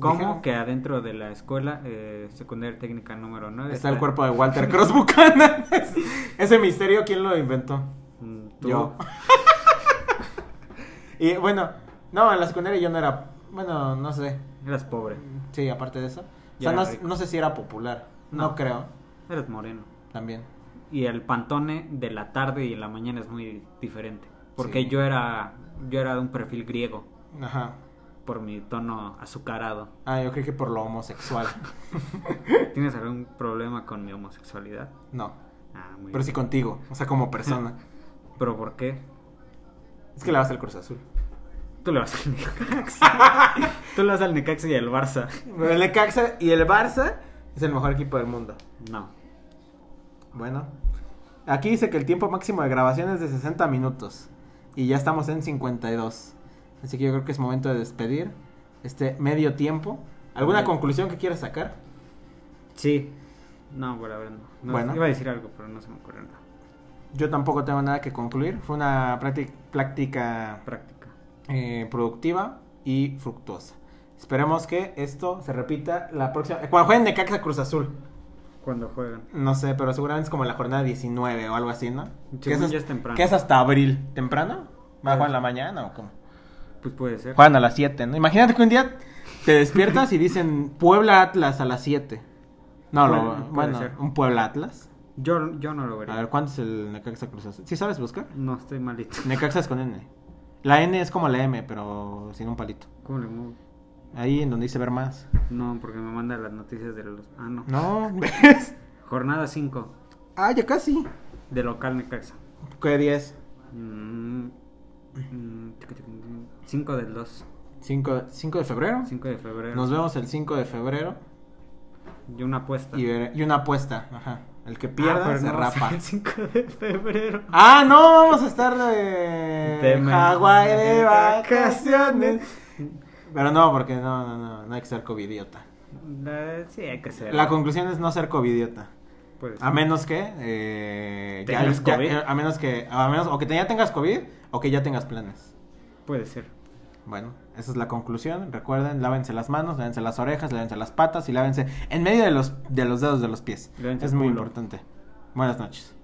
[SPEAKER 2] ¿Cómo
[SPEAKER 1] Dijeron-
[SPEAKER 2] que adentro de la escuela eh, secundaria técnica número 9
[SPEAKER 1] Está el cuerpo de *laughs* Walter Cross Buchanan. Ese misterio, ¿quién lo inventó?
[SPEAKER 2] Mm, tú.
[SPEAKER 1] Yo. y bueno, no, en la secundaria yo no era. Bueno, no sé.
[SPEAKER 2] Eras pobre,
[SPEAKER 1] Sí, aparte de eso. O
[SPEAKER 2] Ya
[SPEAKER 1] sea,
[SPEAKER 2] era
[SPEAKER 1] no,
[SPEAKER 2] rico.
[SPEAKER 1] no sé si era popular. No,
[SPEAKER 2] No.
[SPEAKER 1] creo.
[SPEAKER 2] eras moreno.
[SPEAKER 1] También.
[SPEAKER 2] Y el pantone de la tarde y la mañana es muy diferente. Porque
[SPEAKER 1] Sí.
[SPEAKER 2] yo era yo era de un perfil griego
[SPEAKER 1] Ajá.
[SPEAKER 2] por mi tono azucarado.
[SPEAKER 1] Ah, yo creí que por lo
[SPEAKER 2] *laughs*
[SPEAKER 1] homosexual.
[SPEAKER 2] ¿Tienes algún problema con mi homosexualidad?
[SPEAKER 1] No.
[SPEAKER 2] Ah, muy
[SPEAKER 1] Pero
[SPEAKER 2] bien.
[SPEAKER 1] sí contigo. O sea, como
[SPEAKER 2] *laughs*
[SPEAKER 1] persona.
[SPEAKER 2] ¿Pero por qué?
[SPEAKER 1] Es que le vas al Cruz Azul.
[SPEAKER 2] Tú le vas al Necaxa.
[SPEAKER 1] *laughs*
[SPEAKER 2] Tú le vas al Necaxa y al Barça.
[SPEAKER 1] Pero el Necaxa y el Barça es el mejor equipo del mundo.
[SPEAKER 2] No.
[SPEAKER 1] Bueno, aquí dice que el tiempo máximo de grabación es de 60 minutos y ya estamos en 52. Así que yo creo que es momento de despedir este medio tiempo. ¿Alguna
[SPEAKER 2] Medio.
[SPEAKER 1] conclusión que quieras sacar?
[SPEAKER 2] Sí. No, bueno, a ver, no. No,
[SPEAKER 1] Bueno.
[SPEAKER 2] Iba a decir algo, pero no se me ocurrió nada.
[SPEAKER 1] Yo tampoco tengo nada que concluir. Fue una prácti- práctica
[SPEAKER 2] Práctica.
[SPEAKER 1] eh, productiva y fructuosa. Esperemos que esto se repita la próxima. eh, Cuando jueguen Necaxa Cruz Azul.
[SPEAKER 2] Cuando juegan.
[SPEAKER 1] No sé, pero seguramente es como la jornada 19 o algo así, ¿no? Que
[SPEAKER 2] Según
[SPEAKER 1] es,
[SPEAKER 2] ya es temprano.
[SPEAKER 1] que es hasta abril. ¿Temprano? ¿Va a
[SPEAKER 2] Pues-
[SPEAKER 1] jugar en la mañana o cómo?
[SPEAKER 2] Pues puede ser.
[SPEAKER 1] Juegan a las 7, ¿no? Imagínate que un día te despiertas y dicen Puebla Atlas a las 7. No,
[SPEAKER 2] Puede-
[SPEAKER 1] lo-
[SPEAKER 2] puede
[SPEAKER 1] bueno,
[SPEAKER 2] ser.
[SPEAKER 1] un Puebla Atlas.
[SPEAKER 2] Yo, yo no lo vería.
[SPEAKER 1] A ver, ¿cuánto es el Necaxa Cruz Azul? ¿Sí sabes buscar?
[SPEAKER 2] No, estoy malito. *laughs*
[SPEAKER 1] Necaxa es con N. La N es como la M, pero sin un palito.
[SPEAKER 2] ¿Cómo le muevo?
[SPEAKER 1] Ahí en donde dice ver más.
[SPEAKER 2] No, porque me manda las noticias de los... Ah, no.
[SPEAKER 1] No,
[SPEAKER 2] *laughs*
[SPEAKER 1] ¿ves?
[SPEAKER 2] Jornada 5
[SPEAKER 1] Ah, ya casi.
[SPEAKER 2] de local Necaxa.
[SPEAKER 1] ¿Qué 10?
[SPEAKER 2] 5 mm, del 2.
[SPEAKER 1] 5, de febrero.
[SPEAKER 2] 5 de febrero.
[SPEAKER 1] Nos vemos el 5 de febrero.
[SPEAKER 2] Y una apuesta. Ah,
[SPEAKER 1] Y, ver- y una apuesta. Ajá. El que pierda
[SPEAKER 2] pero
[SPEAKER 1] se
[SPEAKER 2] no va a ser
[SPEAKER 1] rapa.
[SPEAKER 2] *laughs* El 5 de febrero.
[SPEAKER 1] Ah, no, vamos a estar de,
[SPEAKER 2] De
[SPEAKER 1] Hawái de
[SPEAKER 2] de
[SPEAKER 1] Eh, vacaciones. Pero no, porque no, no, no, no hay que ser covidiota.
[SPEAKER 2] Eh, sí, hay que ser.
[SPEAKER 1] La conclusión es no ser covidiota.
[SPEAKER 2] Pues,
[SPEAKER 1] A menos que eh, ya-
[SPEAKER 2] Tengas
[SPEAKER 1] ya-
[SPEAKER 2] COVID.
[SPEAKER 1] eh, a menos que a menos o que te- ya tengas COVID o que ya tengas planes.
[SPEAKER 2] Puede ser.
[SPEAKER 1] Bueno, esa es la conclusión. Recuerden, lávense las manos, lávense las orejas, lávense las patas y lávense en medio de los de los dedos de los pies.
[SPEAKER 2] Lávense
[SPEAKER 1] es
[SPEAKER 2] el
[SPEAKER 1] muy
[SPEAKER 2] culo.
[SPEAKER 1] importante. Buenas noches.